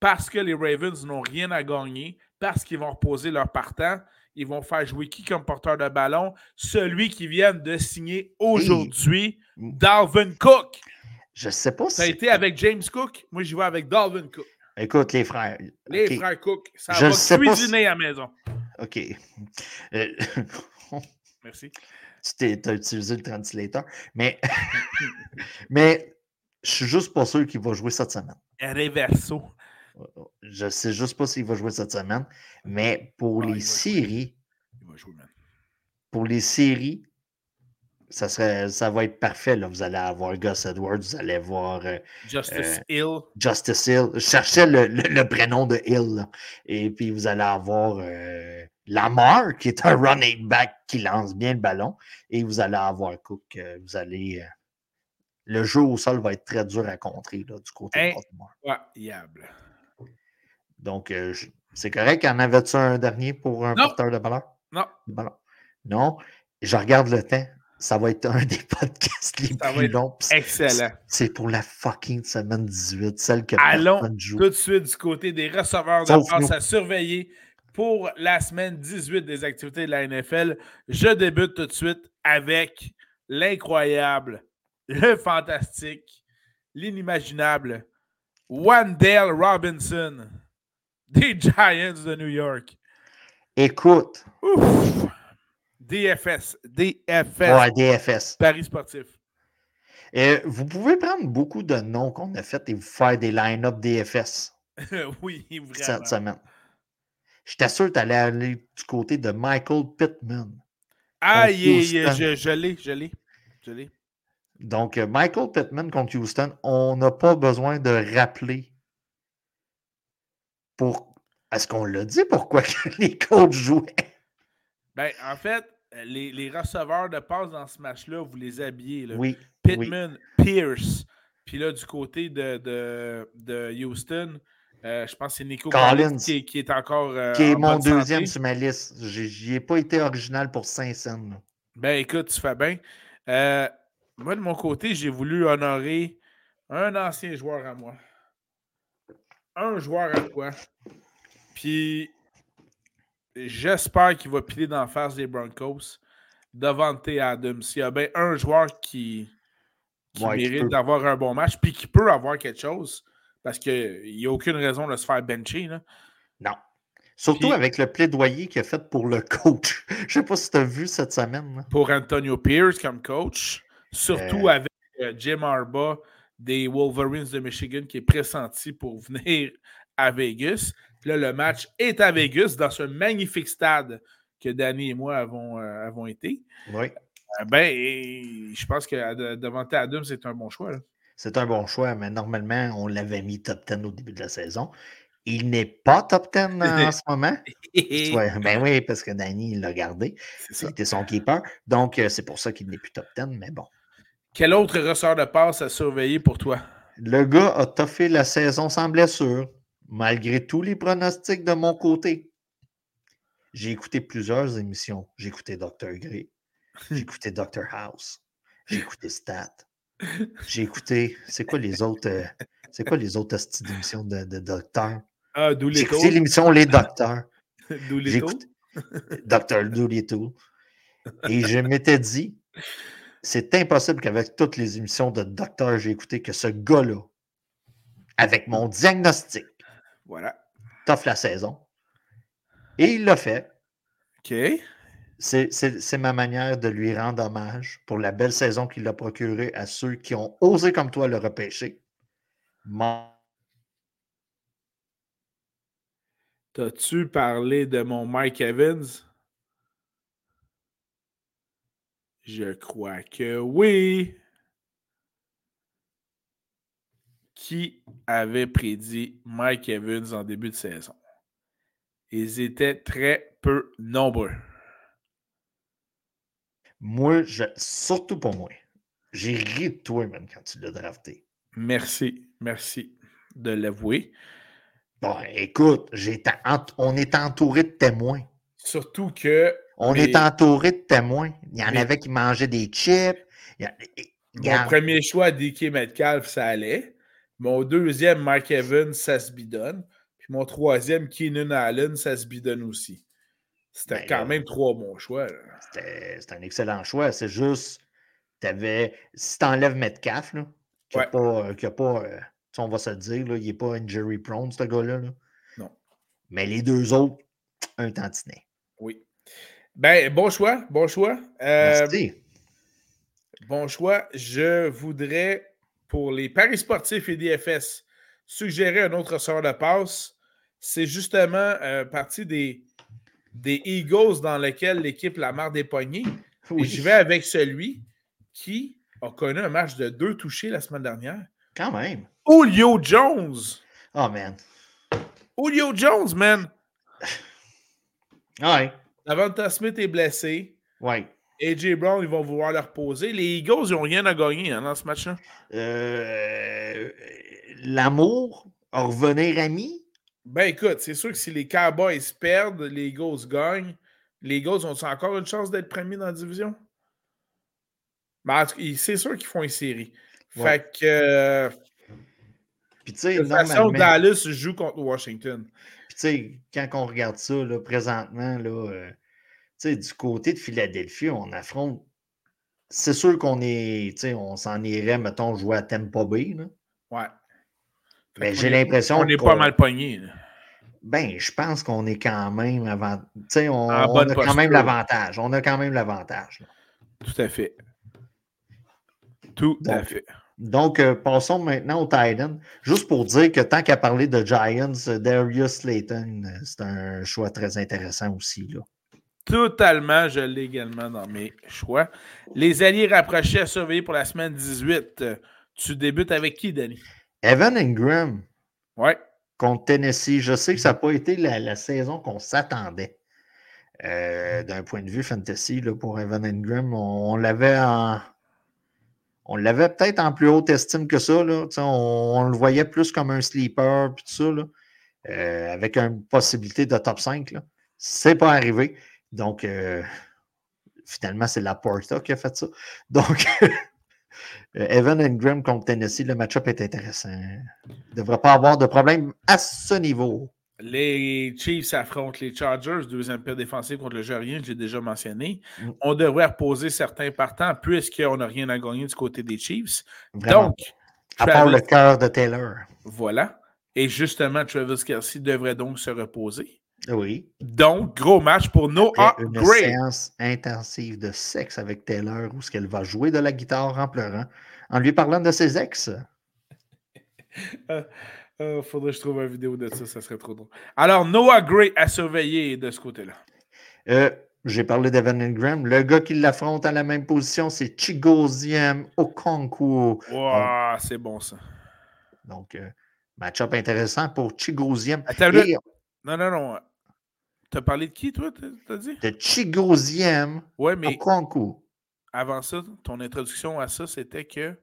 A: parce que les Ravens n'ont rien à gagner, parce qu'ils vont reposer leur partant, ils vont faire jouer qui comme porteur de ballon? Celui qui viennent de signer aujourd'hui, Dalvin Cook.
B: Je sais pas si.
A: Ça a été avec James Cook. Moi, j'y vais avec Dalvin Cook.
B: Écoute, les frères.
A: Les
B: ok,
A: frères Cook. Ça
B: Je
A: va
B: sais pas si-
A: cuisiner à la maison.
B: OK. Euh,
A: Merci.
B: tu t'es- t'as utilisé le translator. Mais, mais je suis juste pas sûr qu'il va jouer cette semaine.
A: Reverso.
B: Je sais juste pas s'il va jouer cette semaine. Mais pour
A: Ah, il va
B: les
A: jouer.
B: séries,
A: Il va jouer, man.
B: pour les séries, ça, serait, ça va être parfait. Là. Vous allez avoir Gus Edwards, vous allez voir euh,
A: Justice
B: Euh,
A: Hill.
B: Justice Hill. Je cherchais le, le- le prénom de Hill. là. Et puis, vous allez avoir euh, Lamar, qui est un running back qui lance bien le ballon. Et vous allez avoir Cook. euh, vous allez. euh, le jeu au sol va être très dur à contrer là, du côté
A: Hey.
B: de Baltimore.
A: Incroyable.
B: Donc, euh, je- c'est correct. En avais-tu un dernier pour un
A: Non.
B: porteur de ballon?
A: Non.
B: de ballon? Non. Je regarde le temps. Ça va être un des podcasts les
A: Ça va
B: plus
A: être
B: longs. puis c'est-
A: Excellent.
B: C'est pour la fucking semaine 18, celle que
A: Allons
B: personne joue.
A: Tout de suite, du côté des receveurs de
B: Sauf
A: passe
B: nous.
A: à surveiller pour la semaine 18 des activités de la NFL, je débute tout de suite avec l'incroyable, le fantastique, l'inimaginable Wandale Robinson des Giants de New York.
B: Écoute,
A: Ouf! DFS, DFS,
B: Ouais, DFS.
A: Paris Sportif.
B: Euh, vous pouvez prendre beaucoup de noms qu'on a fait et vous faire des line-up DFS
A: oui, vraiment.
B: cette semaine. Je t'assure, tu allais aller du côté de Michael Pittman.
A: Aïe, aïe, aïe,
B: Houston.
A: je, je l'ai, je l'ai, je l'ai.
B: Donc, euh, Michael Pittman contre Houston, on n'a pas besoin de rappeler pour. Est-ce qu'on l'a dit pourquoi que les coachs jouaient?
A: Ben, en fait, les, les receveurs de passe dans ce match-là, vous les habillez. Là.
B: Oui.
A: Pittman, Pierce. Puis là, du côté de, de, de Houston, euh, je pense que c'est Nico
B: Collins.
A: qui, est- qui est encore. euh,
B: Qui est
A: en
B: mon
A: bonne santé.
B: deuxième sur ma liste. J'ai- J'y ai pas été original pour Saint-Saëns. là.
A: Ben, écoute, tu fais bien. Euh, moi, de mon côté, j'ai voulu honorer un ancien joueur à moi. Un joueur à toi. Puis, j'espère qu'il va piler d'en face des Broncos. Devante Adams. Il y a bien un joueur qui, qui
B: Ouais, qui
A: mérite
B: peut.
A: d'avoir un bon match, puis qui peut avoir quelque chose, parce qu'il n'y a aucune raison de se faire bencher. là.
B: Non. Surtout
A: Puis-
B: avec le plaidoyer qu'il a fait pour le coach. Je sais pas si tu as vu cette semaine. là.
A: pour Antonio Pierce comme coach, surtout
B: Euh.
A: avec euh, Jim Harbaugh des Wolverines de Michigan qui est pressenti pour venir à Vegas. Puis Là, le match est à Vegas dans ce magnifique stade que Danny et moi avons, euh, avons été.
B: Oui.
A: Euh, ben, et je pense que euh, devant Adams, c'est un bon choix. là.
B: C'est un bon choix, mais normalement, on l'avait mis top 10 au début de la saison. Il n'est pas top 10 en ce moment. Ouais, ben oui, parce que Danny, il l'a gardé.
A: C'est ça.
B: C'était son keeper. Donc, euh, c'est pour ça qu'il n'est plus top 10, mais bon.
A: Quel autre ressort de passe à surveiller pour toi?
B: Le gars a toffé la saison sans blessure, malgré tous les pronostics de mon côté. J'ai écouté plusieurs émissions. J'ai écouté Dr. Gray. J'ai écouté Dr. House. J'ai écouté Stat. J'ai écouté. C'est quoi les autres. euh, c'est quoi les autres hosties d'émissions de, de docteurs?
A: Ah,
B: J'ai
A: Doolittle.
B: écouté l'émission Les Docteurs.
A: Doolittle.
B: J'ai écouté Dr. Doolittle. Et je m'étais dit, c'est impossible qu'avec toutes les émissions de docteur j'ai écouté, que ce gars-là, avec mon diagnostic,
A: Voilà.
B: t'offre la saison. Et il l'a fait.
A: OK.
B: C'est- C'est c'est ma manière de lui rendre hommage pour la belle saison qu'il a procurée à ceux qui ont osé comme toi le repêcher. Mon-
A: T'as-tu parlé de mon Mike Evans? Je crois que oui. Qui avait prédit Mike Evans en début de saison? Ils étaient très peu nombreux.
B: Moi, je- surtout pour moi, j'ai ri de toi, man, quand tu l'as drafté.
A: Merci, merci de l'avouer.
B: Bon, écoute, j'étais ent- on est entouré de témoins.
A: Surtout que
B: On
A: Mais-
B: est entouré de témoins. Il y en
A: Mais-
B: avait qui mangeaient des chips. Il y a- et-
A: mon
B: regarde,
A: premier choix, DK Metcalf, ça allait. Mon deuxième, Mike Evans, ça se bidonne. Puis mon troisième, Keenan Allen, ça se bidonne aussi. C'était
B: Ben
A: quand
B: là.
A: même trois bons choix. là.
B: c'était- C'est un excellent choix. C'est juste, t'avais, si t'enlèves Metcalf, là, qui n'a
A: Ouais.
B: pas, euh, qui a pas euh, tu sais, on va se le dire, là, il n'est pas injury prone, ce gars-là. là.
A: Non.
B: Mais les deux autres, un tantinet.
A: Oui. Ben, bon choix, bon choix. Euh,
B: Merci.
A: Bon choix. Je voudrais, pour les paris sportifs et DFS, suggérer un autre sort de passe. C'est justement euh, partie des, des Eagles dans lequel l'équipe la marre des poignées. Et
B: Oui,
A: je vais avec celui qui a connu un match de deux touchés la semaine dernière.
B: Quand même.
A: Julio Jones.
B: Oh, man.
A: Julio Jones, man.
B: Ouais.
A: Davanta Smith est blessé.
B: Ouais.
A: AJ Brown, ils vont vouloir le reposer. Les Eagles, ils n'ont rien à gagner hein, dans ce match-là.
B: Euh, L'amour, revenir ami.
A: Ben écoute, c'est sûr que si les Cowboys perdent, les Eagles gagnent, les Eagles ont encore une chance d'être premiers dans la division? Ben, en tout cas, ils- c'est sûr qu'ils font une série.
B: Ouais.
A: Fait que euh,
B: Puis tu sais,
A: de toute façon,
B: normalement-
A: Dallas joue contre Washington.
B: Puis, tu sais, quand on regarde ça, là, présentement, là, euh, tu sais, du côté de Philadelphie, on affronte. C'est sûr qu'on est, tu sais, on s'en irait, mettons, jouer à Tampa Bay. là.
A: Ouais. Fait
B: Ben,
A: qu'on
B: j'ai
A: est-
B: l'impression
A: Ben, On est
B: qu'on-
A: pas mal pogné. là.
B: Ben, je pense qu'on est quand même avant. Tu sais, on,
A: En
B: on
A: bonne
B: a quand
A: posture.
B: même l'avantage. On a quand même l'avantage. là.
A: Tout à fait. Tout à
B: Donc,
A: fait.
B: Donc, euh, passons maintenant au Titan. Juste pour dire que tant qu'à parler de Giants, euh, Darius Slayton, euh, c'est un choix très intéressant aussi. Là.
A: Totalement, je l'ai également dans mes choix. Les alliés rapprochés à surveiller pour la semaine 18. Euh, Tu débutes avec qui, Danny?
B: Evan Ingram,
A: Ouais.
B: contre Tennessee. Je sais que ça n'a pas été la, la saison qu'on s'attendait. Euh, D'un point de vue fantasy, là, pour Evan Ingram, on, on l'avait en- On l'avait peut-être en plus haute estime que ça. là. Tu sais, On, on le voyait plus comme un sleeper, puis tout ça, là. Euh, avec une possibilité de top 5. là. C'est pas arrivé. Donc, euh, finalement, c'est la Porta qui a fait ça. Donc, euh, Evan Ingram contre Tennessee, le match-up est intéressant. Il ne devrait pas avoir de problème à ce niveau.
A: Les Chiefs affrontent les Chargers, deuxième pire défensif contre le jeu à rien, j'ai déjà mentionné.
B: Mm.
A: On devrait reposer certains partants puisqu'on n'a rien à gagner du côté des Chiefs.
B: Vraiment.
A: Donc,
B: à part
A: Travis-
B: le cœur de Taylor.
A: voilà. Et justement, Travis Kelsey devrait donc se reposer.
B: Oui.
A: Donc, gros match pour Noah
B: Après une
A: Gray.
B: séance intensive de sexe avec Taylor où ce qu'elle va jouer de la guitare en pleurant, en lui parlant de ses ex.
A: Euh, faudrait que je trouve une vidéo de ça, ça serait trop drôle. Alors, Noah Gray à surveiller de ce côté-là.
B: Euh, J'ai parlé d'Evan Ingram. Le gars qui l'affronte à la même position, c'est Chigoziem Okonkwo. Ah.
A: Wow, c'est bon ça.
B: Donc, euh, match-up intéressant pour Chigoziem.
A: Attends, là-
B: Et
A: non, non, non. T'as parlé de qui, toi, t'as- t'as dit?
B: de Chigoziem
A: Ouais, mais
B: Okonkwo.
A: avant ça, ton introduction à ça, c'était que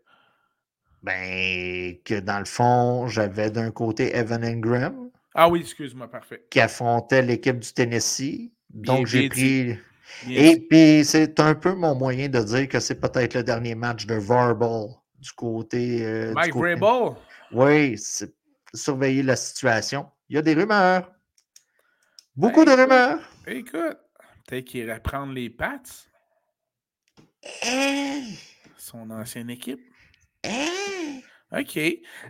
B: Ben, que dans le fond, j'avais d'un côté Evan Ingram
A: Ah oui, excuse-moi, parfait.
B: qui affrontait l'équipe du Tennessee.
A: Bien,
B: Donc, j'ai
A: bien
B: pris.
A: Bien
B: Et
A: dit.
B: puis, c'est un peu mon moyen de dire que c'est peut-être le dernier match de Verbal du côté. euh, du
A: Mike
B: côté-
A: Vrabel,
B: Oui, c'est- surveiller la situation. Il y a des rumeurs. Beaucoup
A: Ben,
B: de rumeurs.
A: écoute, peut-être qu'il irait prendre les pattes,
B: Hey,
A: son ancienne équipe.
B: hey.
A: OK.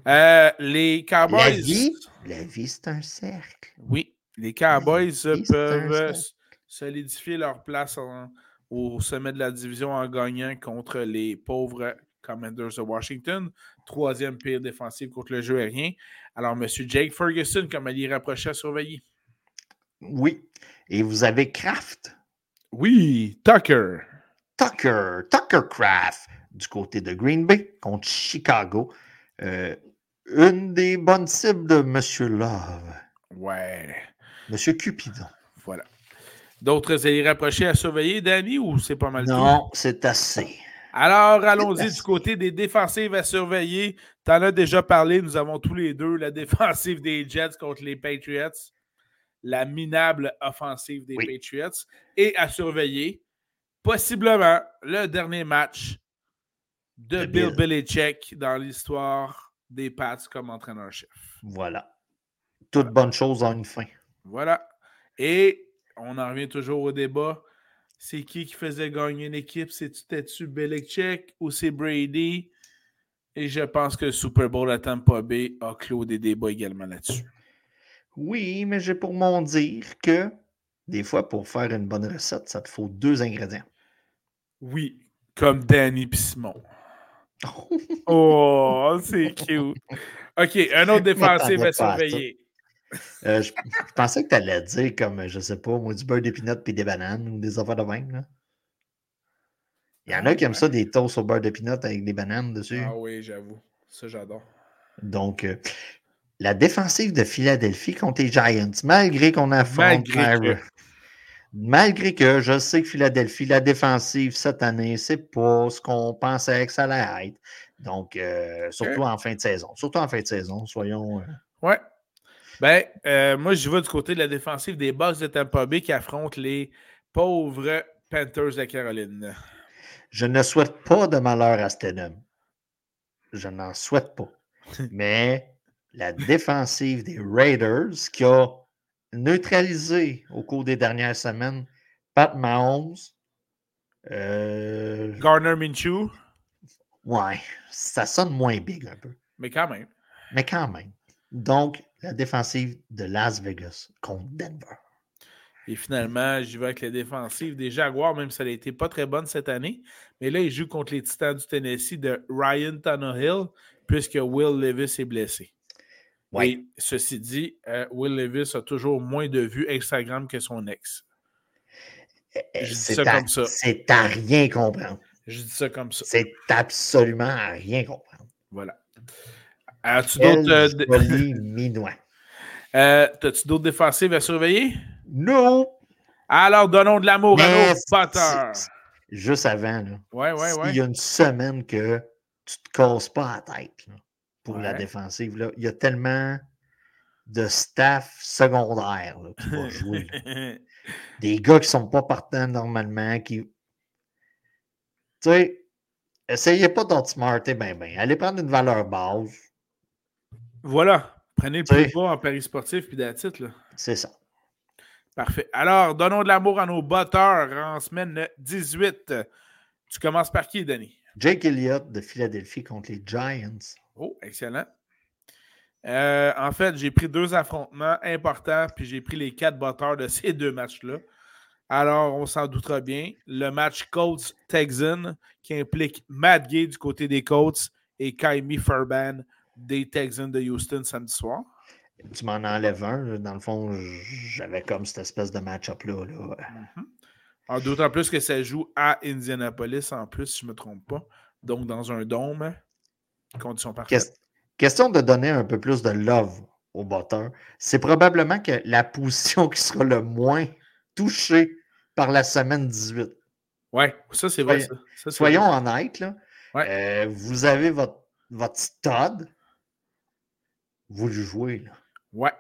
A: Euh, les Cowboys.
B: La vie, la vie, c'est un cercle.
A: Oui, les Cowboys euh,
B: Oui, Ah, c'est
A: peuvent
B: un
A: euh,
B: fait.
A: s- solidifier leur place en- au sommet de la division en gagnant contre les pauvres Commanders de Washington. Troisième pire défensive contre le jeu aérien. Alors, M. Jake Ferguson, comme elle y rapprochait à surveiller.
B: Oui. Et vous avez Kraft,
A: Oui, Tucker.
B: Tucker, Tucker Kraft, du côté de Green Bay contre Chicago. Euh, une des bonnes cibles de Monsieur Love,
A: Ouais,
B: Monsieur Cupidon.
A: voilà. D'autres alliés rapprochés à surveiller, Danny, ou c'est pas mal tout?
B: Non, c'est assez.
A: Alors, allons-y du
B: Merci.
A: côté des défensives à surveiller. T'en as déjà parlé, nous avons tous les deux la défensive des Jets contre les Patriots, la minable offensive des
B: Oui.
A: Patriots, et à surveiller, possiblement, le dernier match de
B: De
A: Bill
B: Bill.
A: Belichick dans l'histoire des Pats comme entraîneur-chef.
B: Voilà. Toute bonne chose en une fin.
A: Voilà. Et on en revient toujours au débat. C'est qui qui faisait gagner l'équipe? C'est-tu Tetsu Belichick ou c'est Brady? Et je pense que le Super Bowl à Tampa Bay a clos des débats également là-dessus.
B: Oui, mais j'ai pour mon dire que des fois, pour faire une bonne recette, ça te faut deux ingrédients.
A: Oui, comme Danny Pismon. Oh, c'est cute. OK, un autre
B: Je m'attendais
A: défensif
B: pas
A: à
B: à ça.
A: surveiller.
B: Euh, je, je pensais que tu allais dire comme, je sais pas, moi, du beurre d'épinette puis des bananes ou des affaires de même. là. Il y en a qui aiment ça, des toasts au beurre d'épinette avec des bananes dessus.
A: Ah oui, j'avoue. Ça, j'adore.
B: Donc, euh, la défensive de Philadelphie contre les Giants, malgré qu'on affronte.
A: Malgré que.
B: malgré que je sais que Philadelphie, la défensive cette année, c'est pas ce qu'on pensait que ça allait être. Donc, euh, surtout en fin de saison. Surtout en fin de saison, soyons. euh,
A: Ouais. Ben, euh, moi, je vais du côté de la défensive des Bucks de Tampa Bay qui affrontent les pauvres Panthers de Caroline.
B: Je ne souhaite pas de malheur à cet homme. Je n'en souhaite pas. Mais la défensive des Raiders qui a neutralisé au cours des dernières semaines Pat Mahomes. euh,
A: Garner Minshew,
B: ouais, ça sonne moins big un peu,
A: mais quand même.
B: mais quand même. Donc, la défensive de Las Vegas contre Denver.
A: Et finalement, j'y vais avec la défensive des Jaguars, même si elle a été pas très bonne cette année. Mais là, ils jouent contre les Titans du Tennessee de Ryan Tannehill, puisque Will Levis est blessé.
B: Ouais.
A: Et ceci dit, euh, Will Levis a toujours moins de vues Instagram que son ex.
B: Eh,
A: je dis
B: c'est
A: ça
B: à-
A: comme ça.
B: C'est à rien comprendre.
A: Je dis ça comme ça.
B: C'est absolument à rien comprendre.
A: Voilà. As-tu
B: Quel
A: d'autres euh, dé-
B: joli minois.
A: Euh, T'as-tu d'autres défensives à surveiller?
B: Non!
A: Alors, donnons de l'amour à
B: Mais
A: nos batteurs.
B: c'est- Juste avant, là,
A: Ouais, ouais,
B: il
A: ouais.
B: y a une semaine que tu te casses pas la tête là, pour la
A: Ouais.
B: défensive. là. Il y a tellement de staff secondaire là, qui va jouer. là. Des gars qui sont pas partants normalement, qui. Tu sais, essayez pas d'outsmarter ben ben. Allez prendre une valeur base.
A: voilà. Prenez le
B: Tu sais.
A: plus bas en Paris sportif puis la titre.
B: C'est ça.
A: Parfait. Alors, donnons de l'amour à nos batteurs en semaine le 18. Tu commences par qui, Denis?
B: Jake Elliott de Philadelphie contre les Giants.
A: Oh, excellent. Euh, en fait, j'ai pris deux affrontements importants, puis j'ai pris les quatre batteurs de ces deux matchs-là. Alors, on s'en doutera bien. Le match Colts-Texans, qui implique Matt Gay du côté des Colts et Kaimi Furban des Texans de Houston samedi soir.
B: Tu m'en enlèves un. là. Dans le fond, j'avais comme cette espèce de match-up-là. là.
A: Mhm. Ah, D'autant plus que ça joue à Indianapolis, en plus, si je ne me trompe pas. Donc, dans un dôme, conditions parfaites.
B: Ques- question de donner un peu plus de love au batteur, c'est probablement que la position qui sera le moins touchée par la semaine 18.
A: Ouais, ça, c'est vrai.
B: Soyons-
A: ça. Ça, c'est
B: Soyons honnêtes, là,
A: Ouais.
B: euh, vous avez votre votre Todd, vous le jouez. Là.
A: Ouais.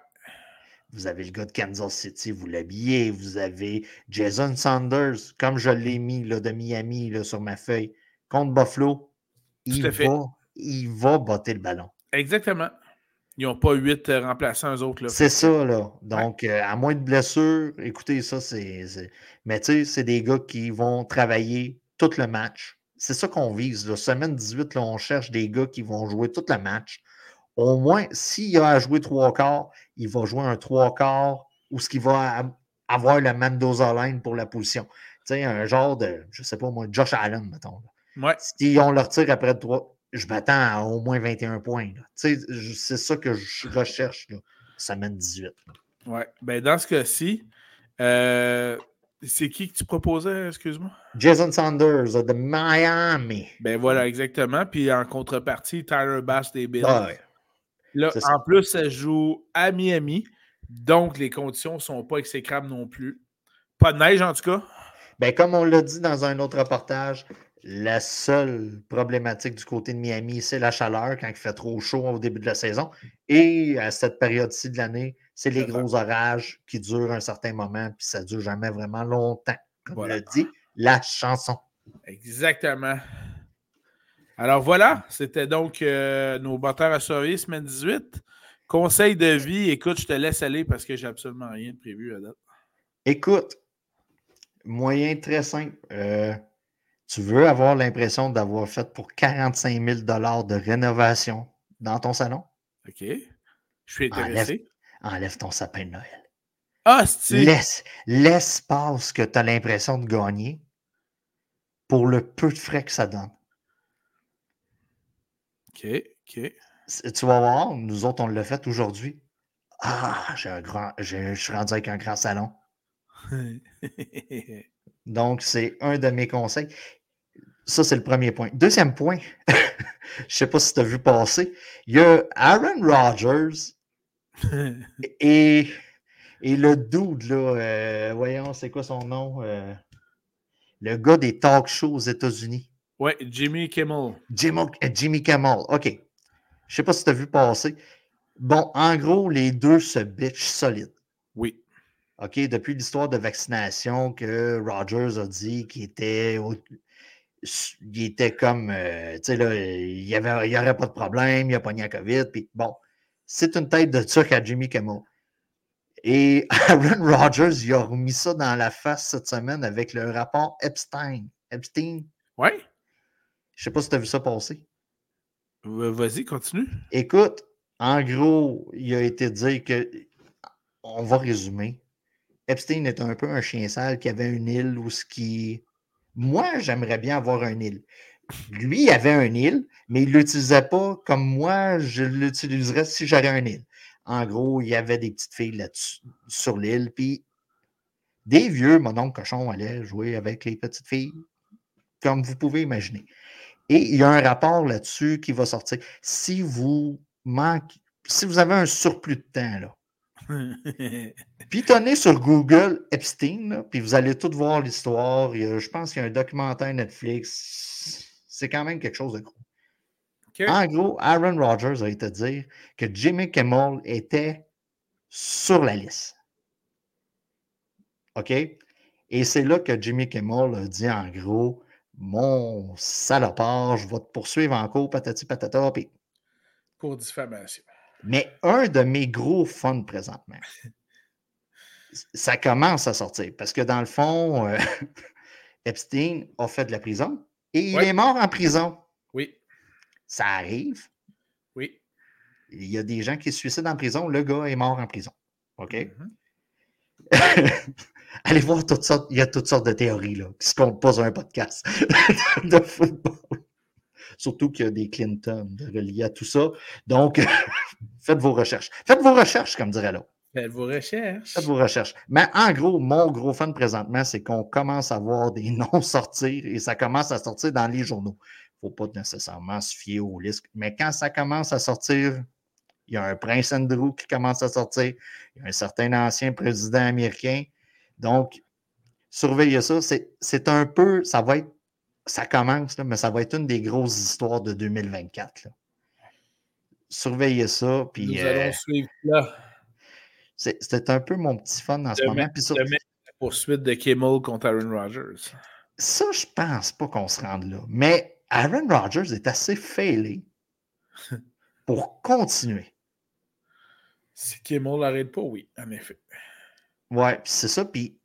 B: Vous avez le gars de Kansas City, vous l'habillez. Vous avez Jason Sanders, comme je l'ai mis là, de Miami là, sur ma feuille, contre Buffalo. Il
A: à fait.
B: va, il va botter le ballon.
A: Exactement. Ils n'ont pas huit euh, remplaçants, eux autres. Là.
B: C'est ça, là. Donc, euh, à moins de blessures, écoutez, ça, c'est. c'est- Mais tu sais, c'est des gars qui vont travailler tout le match. C'est ça qu'on vise. La semaine 18, là, on cherche des gars qui vont jouer tout le match. Au moins, s'il a à jouer trois quarts, il va jouer un trois quarts ou ce qu'il va a- avoir le même dosage line pour la position. Tu sais, un genre de, je sais pas moi, Josh Allen, mettons. là.
A: Ouais.
B: Si on leur tire après trois, je m'attends à au moins 21 points. là. Tu sais, je- c'est ça que je recherche, là, semaine 18.
A: Ouais. Ben, dans ce cas-ci, euh, c'est qui que tu proposais, excuse-moi?
B: Jason Sanders euh, de Miami.
A: Ben voilà, exactement. Puis en contrepartie, Tyler Bass des Bills.
B: Ouais.
A: Là,
B: c'est ça.
A: en plus, ça se joue à Miami. Donc, les conditions ne sont pas exécrables non plus. Pas de neige, en tout cas.
B: Ben, comme on l'a dit dans un autre reportage, la seule problématique du côté de Miami, c'est la chaleur quand il fait trop chaud au début de la saison. Et à cette période-ci de l'année, c'est les
A: D'accord.
B: gros orages qui durent un certain moment, puis ça dure jamais vraiment longtemps. Comme
A: Voilà.
B: le dit la chanson.
A: Exactement. Alors voilà, c'était donc euh, nos batteurs à surveiller, semaine 18. Conseil de vie, écoute, je te laisse aller parce que j'ai absolument rien de prévu à date.
B: Écoute, moyen très simple. Euh, tu veux avoir l'impression d'avoir fait pour 45 000 de rénovation dans ton salon?
A: OK? Je suis
B: Enlève.
A: intéressé.
B: Enlève ton sapin de Noël.
A: Ah, c'est
B: Laisse, l'espace que tu as l'impression de gagner pour le peu de frais que ça donne.
A: OK, OK.
B: C'est- Tu vas voir, nous autres, on l'a fait aujourd'hui. Ah, j'ai un grand, j'ai- je suis rendu avec un grand salon. Donc, c'est un de mes conseils. Ça, c'est le premier point. Deuxième point, je sais pas si tu as vu passer, il y a Aaron Rodgers et, et le dude, là, euh, voyons, c'est quoi son nom? euh, le gars des talk shows aux États-Unis.
A: ouais, Jimmy Kimmel.
B: Jim- euh, Jimmy Kimmel. OK. Je sais pas si tu as vu passer. Bon, en gros, les deux se bitch solide.
A: Oui.
B: OK, depuis l'histoire de vaccination que Rogers a dit qu'il était au- il était comme euh, tu sais là, il y avait il y aurait pas de problème, il a pogné la COVID puis bon, c'est une tête de turc à Jimmy Kimmel. Et Aaron Rodgers, il a remis ça dans la face cette semaine avec le rapport Epstein. Epstein,
A: Ouais?
B: je sais pas si tu as vu ça passer.
A: Va- Vas-y, continue.
B: Écoute, en gros, il a été dit que, on va résumer, Epstein est un peu un chien sale qui avait une île où ce qui... Moi, j'aimerais bien avoir une île. Lui, il avait une île, mais il ne l'utilisait pas comme moi, je l'utiliserais si j'avais une île. En gros, il y avait des petites filles là-dessus, sur l'île, puis des vieux, mon oncle cochon allait jouer avec les petites filles, comme vous pouvez imaginer. Et il y a un rapport là-dessus qui va sortir. Si vous manquez, si vous avez un surplus de temps, là, pitonnez sur Google Epstein, là, puis vous allez tout voir l'histoire. Il y a- Je pense qu'il y a un documentaire Netflix. C'est quand même quelque chose de gros.
A: OK.
B: En gros, Aaron Rodgers a été dire que Jimmy Kimmel était sur la liste. OK? Et c'est là que Jimmy Kimmel a dit en gros Mon salopard, je vais te poursuivre en cours, patati patata. Puis
A: Pour diffamation.
B: mais un de mes gros fun présentement, ça commence à sortir parce que dans le fond, euh, Epstein a fait de la prison et il
A: Ouais.
B: est mort en prison.
A: Oui,
B: Ça arrive.
A: oui.
B: Il y a des gens qui se suicident en prison. Le gars est mort en prison. OK?
A: Mhm.
B: Allez voir toutes sortes. Il y a toutes sortes de théories là, qui se comptent pas sur un podcast de football. Surtout qu'il y a des Clinton de reliés à tout ça. Donc, faites vos recherches. Faites vos recherches, comme dirait l'autre.
A: Faites vos recherches.
B: Faites vos recherches. Mais en gros, mon gros fun présentement, c'est qu'on commence à voir des noms sortir et ça commence à sortir dans les journaux. Il ne faut pas nécessairement se fier aux listes. Mais quand ça commence à sortir, il y a un prince Andrew qui commence à sortir, il y a un certain ancien président américain. Donc, surveillez ça. C'est- C'est un peu, ça va être, ça commence, là, mais ça va être une des grosses histoires de 2024. là. surveillez ça. Puis,
A: Nous
B: euh,
A: allons suivre là.
B: c'est- c'était un peu mon petit fun en ce
A: Demain-
B: moment. Puis sur-
A: demain, la poursuite de Kimmel contre Aaron Rodgers.
B: ça, je pense pas qu'on se rende là. Mais Aaron Rodgers est assez failé pour continuer.
A: Si Kimmel l'arrête pas, oui, en effet.
B: Ouais, puis c'est ça. Puis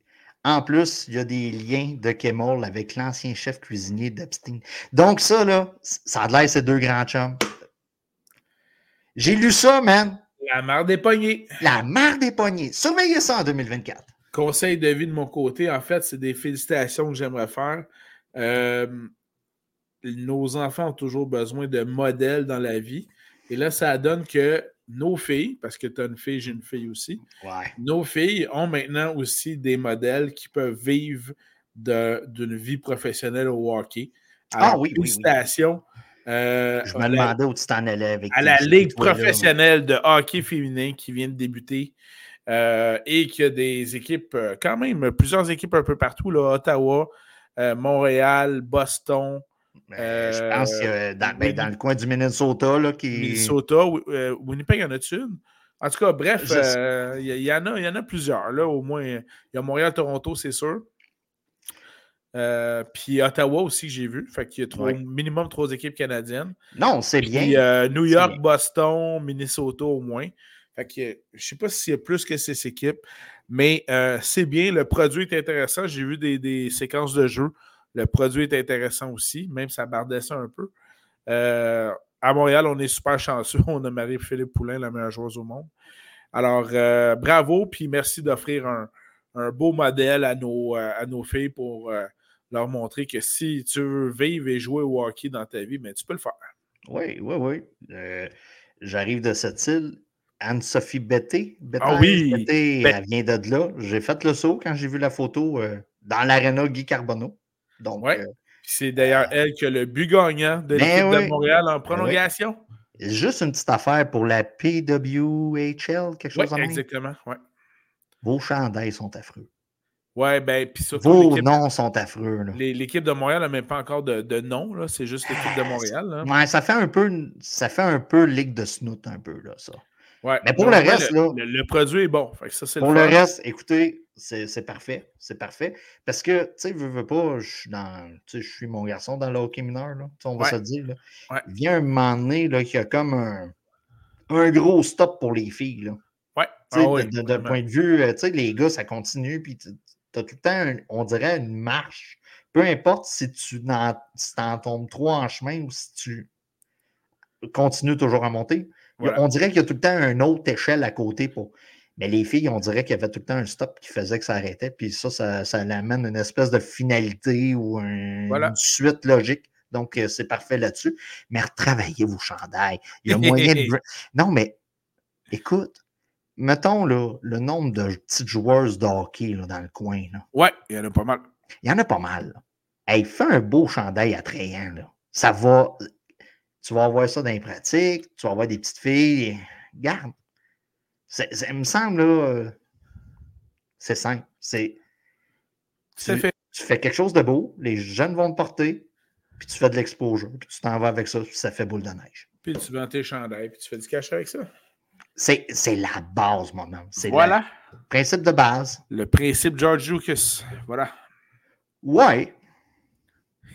B: en plus, il y a des liens de Kimmel avec l'ancien chef cuisinier d'Epstein. Donc ça, là, c- ça a l'air ces deux grands chums. J'ai lu ça, man.
A: La marde est pognée.
B: La marre des poignées. Surveillez ça en 2024.
A: Conseil de vie de mon côté, en fait, c'est des félicitations que j'aimerais faire. Euh, nos enfants ont toujours besoin de modèles dans la vie. Et là, ça donne que nos filles, parce que tu as une fille, j'ai une fille aussi,
B: Ouais.
A: nos filles ont maintenant aussi des modèles qui peuvent vivre de- d'une vie professionnelle au hockey.
B: Ah
A: Alors,
B: oui, oui, oui.
A: félicitations, euh,
B: Je
A: à
B: me
A: la-
B: demandais où tu t'en allais avec
A: à
B: tes-
A: la
B: tes
A: Ligue
B: toits, là, mais-
A: professionnelle de hockey féminin qui vient de débuter euh, et qu'il y a des équipes, euh, quand même, plusieurs équipes un peu partout, là, Ottawa, euh, Montréal, Boston,
B: Euh, je pense
A: Euh,
B: que euh, dans, ben,
A: oui.
B: dans le coin du Minnesota, là, qui.
A: Minnesota, Wi- euh, Winnipeg, y en a-tu une? En tout cas, bref,
B: Je
A: il
B: sais-
A: y, y en a, y en a plusieurs, là, au moins. Il y a Montréal, Toronto, c'est sûr. Euh, puis Ottawa aussi, j'ai vu. Fait qu'il y a trois-
B: Ouais.
A: minimum trois équipes canadiennes.
B: Non, c'est bien.
A: Puis euh, New
B: C'est
A: York,
B: bien.
A: Boston, Minnesota au moins. Fait que euh, je sais pas s'il y a plus que ces équipes, mais euh, c'est bien. Le produit est intéressant. J'ai vu des, des séquences de jeu. Le produit est intéressant aussi, même ça bardait ça un peu. Euh, à Montréal, on est super chanceux. On a Marie-Philippe Poulain, la meilleure joueuse au monde. Alors, euh, bravo, puis merci d'offrir un, un beau modèle à nos, euh, à nos filles pour euh, leur montrer que si tu veux vivre et jouer au hockey dans ta vie, mais tu peux le faire.
B: Oui, oui, oui. Euh, J'arrive de cette île. Anne-Sophie Betté.
A: Ah oui!
B: elle vient de là. J'ai fait le saut quand j'ai vu la photo euh, dans l'aréna Guy Carbonneau. Donc,
A: Ouais.
B: euh,
A: Puis C'est d'ailleurs elle qui a le but gagnant de
B: Ah. Ben
A: l'équipe
B: oui.
A: de Montréal en prolongation.
B: juste une petite affaire pour la PWHL, quelque
A: Oui,
B: chose en même.
A: exactement. Ouais.
B: Vos chandails sont affreux.
A: Ouais, ben, puis surtout,
B: Vos
A: l'équipe-
B: noms sont affreux. là.
A: les- l'équipe de Montréal n'a même pas encore de, de nom, là. C'est juste
B: Ah,
A: l'équipe de Montréal. là.
B: Ouais, ça fait un peu une- ça fait un peu ligue de snoot, un peu, là, ça.
A: Ouais.
B: Mais pour
A: Donc,
B: le
A: ouais,
B: reste, là-
A: le, le produit est bon. Fait que ça, c'est
B: Pour
A: le,
B: le
A: fun.
B: reste, écoutez, c'est c'est parfait. C'est parfait. Parce que, tu sais, veux, veux pas, je suis dans. Tu sais, je suis mon garçon dans le hockey mineur, là. Tu sais, on va
A: Ouais.
B: se le dire. Là.
A: Ouais.
B: Il vient un moment donné, là, qu'il y a comme un, un gros stop pour les filles, là.
A: Ouais.
B: Tu sais,
A: Ah oui,
B: de- de- d'un
A: vraiment.
B: point de vue, euh, tu sais, les gars, ça continue, puis tu as tout le temps, un- on dirait, une marche. Peu importe si tu n'en- si t'en tombes trop en chemin ou si tu continues toujours à monter. il y a-
A: Voilà.
B: On dirait qu'il y a tout le temps une autre échelle à côté pour. Mais les filles, on dirait qu'il y avait tout le temps un stop qui faisait que ça arrêtait, puis ça, ça, ça l'amène une espèce de finalité ou un-
A: Voilà.
B: une suite logique. Donc, euh, c'est parfait là-dessus. Mais retravaillez vos chandails. Il y a moyen de. Non, mais écoute, mettons là, le nombre de petites joueuses de hockey là, dans le coin. là.
A: Ouais, il y en a pas mal.
B: Il y en a pas mal. là. Hey, fais un beau chandail attrayant. Là. Ça va. Tu vas avoir ça dans les pratiques, tu vas avoir des petites filles. Garde. C'est- c'est- Il me semble, là, euh, c'est simple. C'est,
A: C'est
B: tu,
A: fait.
B: tu fais quelque chose de beau, les jeunes vont le porter, puis tu fais de l'exposure, puis tu t'en vas avec ça, puis ça fait boule de neige.
A: Puis tu vends tes chandails, puis tu fais du cash avec ça.
B: C'est, c'est la base, mon homme. C'est
A: Voilà.
B: le principe de base.
A: Le principe George Lucas. Voilà.
B: Ouais.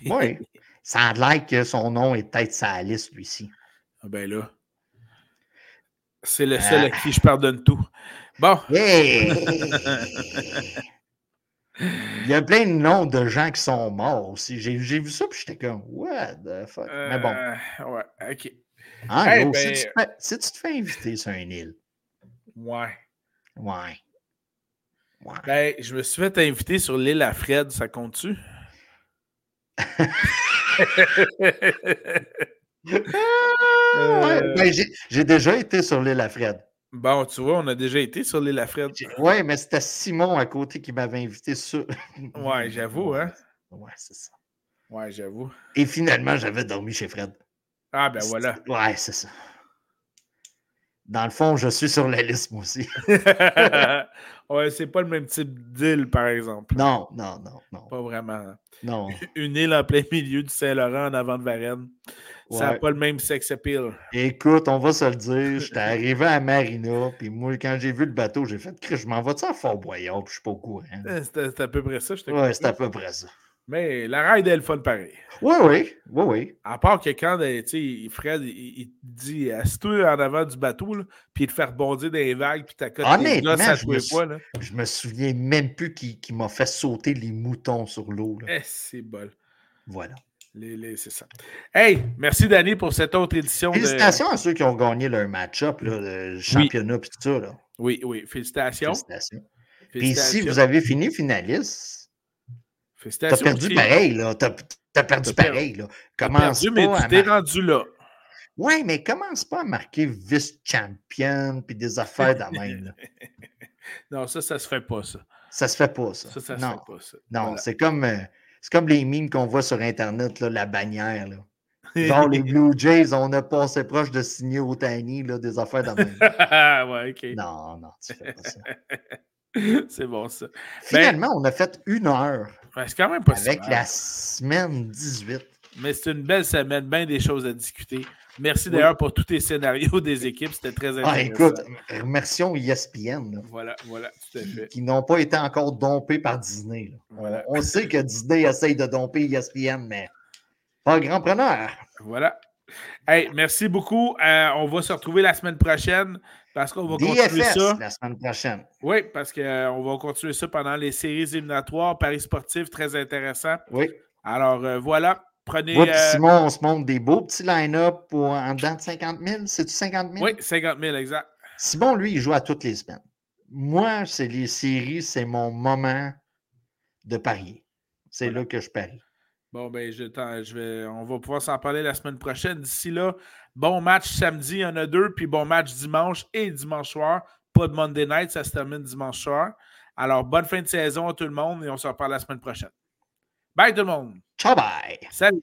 B: Oui. Ça a l'air que son nom est peut-être sa liste, lui-ci.
A: Ah ben là. C'est
B: Ah.
A: le seul à qui je pardonne tout. Bon.
B: Hey! Il y a plein de noms de gens qui sont morts aussi. J'ai j'ai vu ça, puis j'étais comme, what the fuck? Mais bon,
A: Euh, ouais, ok.
B: en
A: hey,
B: gros,
A: ben-
B: si, tu te fais, si tu te fais inviter sur une île,
A: Ouais.
B: ouais. Ouais.
A: Ben, je me suis fait inviter sur l'île à Fred, ça compte-tu?
B: Ouais, ben, j'ai- J'ai déjà été sur l'île à Fred.
A: bon, tu vois, on a déjà été sur l'île à Fred.
B: Ouais, mais c'était Simon à côté qui m'avait invité sur.
A: Ouais, j'avoue, hein?
B: Ouais, c'est ça.
A: Ouais, j'avoue.
B: Et finalement, j'avais dormi chez Fred.
A: Ah, ben voilà.
B: C'est- Ouais, c'est ça. Dans le fond, je suis sur la liste, moi aussi.
A: ouais, c'est pas le même type d'île, par exemple.
B: Non, non, non, non.
A: Pas vraiment.
B: non.
A: Une île en plein milieu du Saint-Laurent en avant de Varennes. Ça n'a pas le même sex appeal.
B: Écoute, on va se le dire, j'étais arrivé à Marina, puis moi, quand j'ai vu le bateau, j'ai fait Chris, je m'en vais-tu à Fort Boyard, puis je suis pas au courant.
A: Euh, C'est c'est à peu près ça, je te
B: Ouais, c'est à peu près ça.
A: Mais la ride, elle est le fun pareil.
B: Oui, oui, oui, oui.
A: À part que quand euh, tu sais, Fred, il, il te dit assis-toi en avant du bateau, là, puis il te fait rebondir dans les vagues, puis t'accotes les
B: Honnêtement,
A: gosses à
B: je
A: tous les
B: me suis-
A: poils, là.
B: Je me souviens même plus qui, qui m'a fait sauter les moutons sur l'eau. là.
A: Eh, c'est bol.
B: Voilà.
A: Les- les- c'est ça. Hey, merci Danny pour cette autre édition. de-
B: Félicitations à ceux qui ont gagné leur match-up, là, le championnat, puis tout ça. Là.
A: Oui, oui, félicitations.
B: Félicitations. Puis
A: Félicitations.
B: si vous avez fini finaliste, t'as
A: Félicitations,
B: perdu
A: Steve.
B: pareil, là. T'as t'as perdu
A: T'as per-
B: pareil, là.
A: T'as
B: Commence
A: perdu, mais
B: pas
A: tu
B: à
A: t'es
B: mar-
A: rendu là.
B: Ouais, mais commence pas à marquer vice-champion puis des affaires de même. là.
A: Non, ça, ça se fait pas, ça.
B: Ça se fait pas, ça.
A: Ça, ça se
B: non,
A: fait pas, ça.
B: non,
A: Voilà.
B: c'est comme, euh, c'est comme les mimes qu'on voit sur Internet, là, la bannière. Là. Genre les Blue Jays, on a passé proche de signer au Tiny là, des affaires de même.
A: ouais, ok.
B: non, non, tu fais pas ça.
A: Ben C'est bon, ça.
B: Finalement, on a fait une heure
A: Ouais, c'est quand même pas si
B: avec
A: mal.
B: la semaine 18.
A: Mais c'est une belle semaine, bien des choses à discuter. Merci d'ailleurs pour tous tes scénarios des équipes, c'était très intéressant.
B: Ah, écoute, remercions E ESPN là,
A: Voilà, voilà, tout à
B: qui,
A: fait.
B: qui n'ont pas été encore dompés par Disney. là. On-
A: Voilà.
B: On, sait que Disney essaye de domper E ESPN, mais pas grand preneur.
A: Voilà. Hey, merci beaucoup. Euh, on va se retrouver la semaine prochaine parce qu'on va continuer ça.
B: DFS la semaine prochaine.
A: Oui, parce qu'on va continuer ça pendant les séries éliminatoires. Paris sportif, très intéressant.
B: Oui.
A: Alors euh, voilà, prenez.
B: Moi puis
A: euh,
B: Simon, on se montre des beaux petits line-up pour- en dedans de 50 000. C'est-tu 50 000?
A: oui, 50 000, exact.
B: Simon, lui, il joue à toutes les semaines. Moi, c'est les séries, c'est mon moment de parier. C'est là que je parie.
A: Bon, ben, je, t'en- je vais, on va pouvoir s'en parler la semaine prochaine. D'ici là, bon match samedi, il y en a deux, puis bon match dimanche et dimanche soir. Pas de Monday night, ça se termine dimanche soir. Alors, bonne fin de saison à tout le monde et on se reparle la semaine prochaine. Bye tout le monde.
B: Ciao, bye!
A: Salut.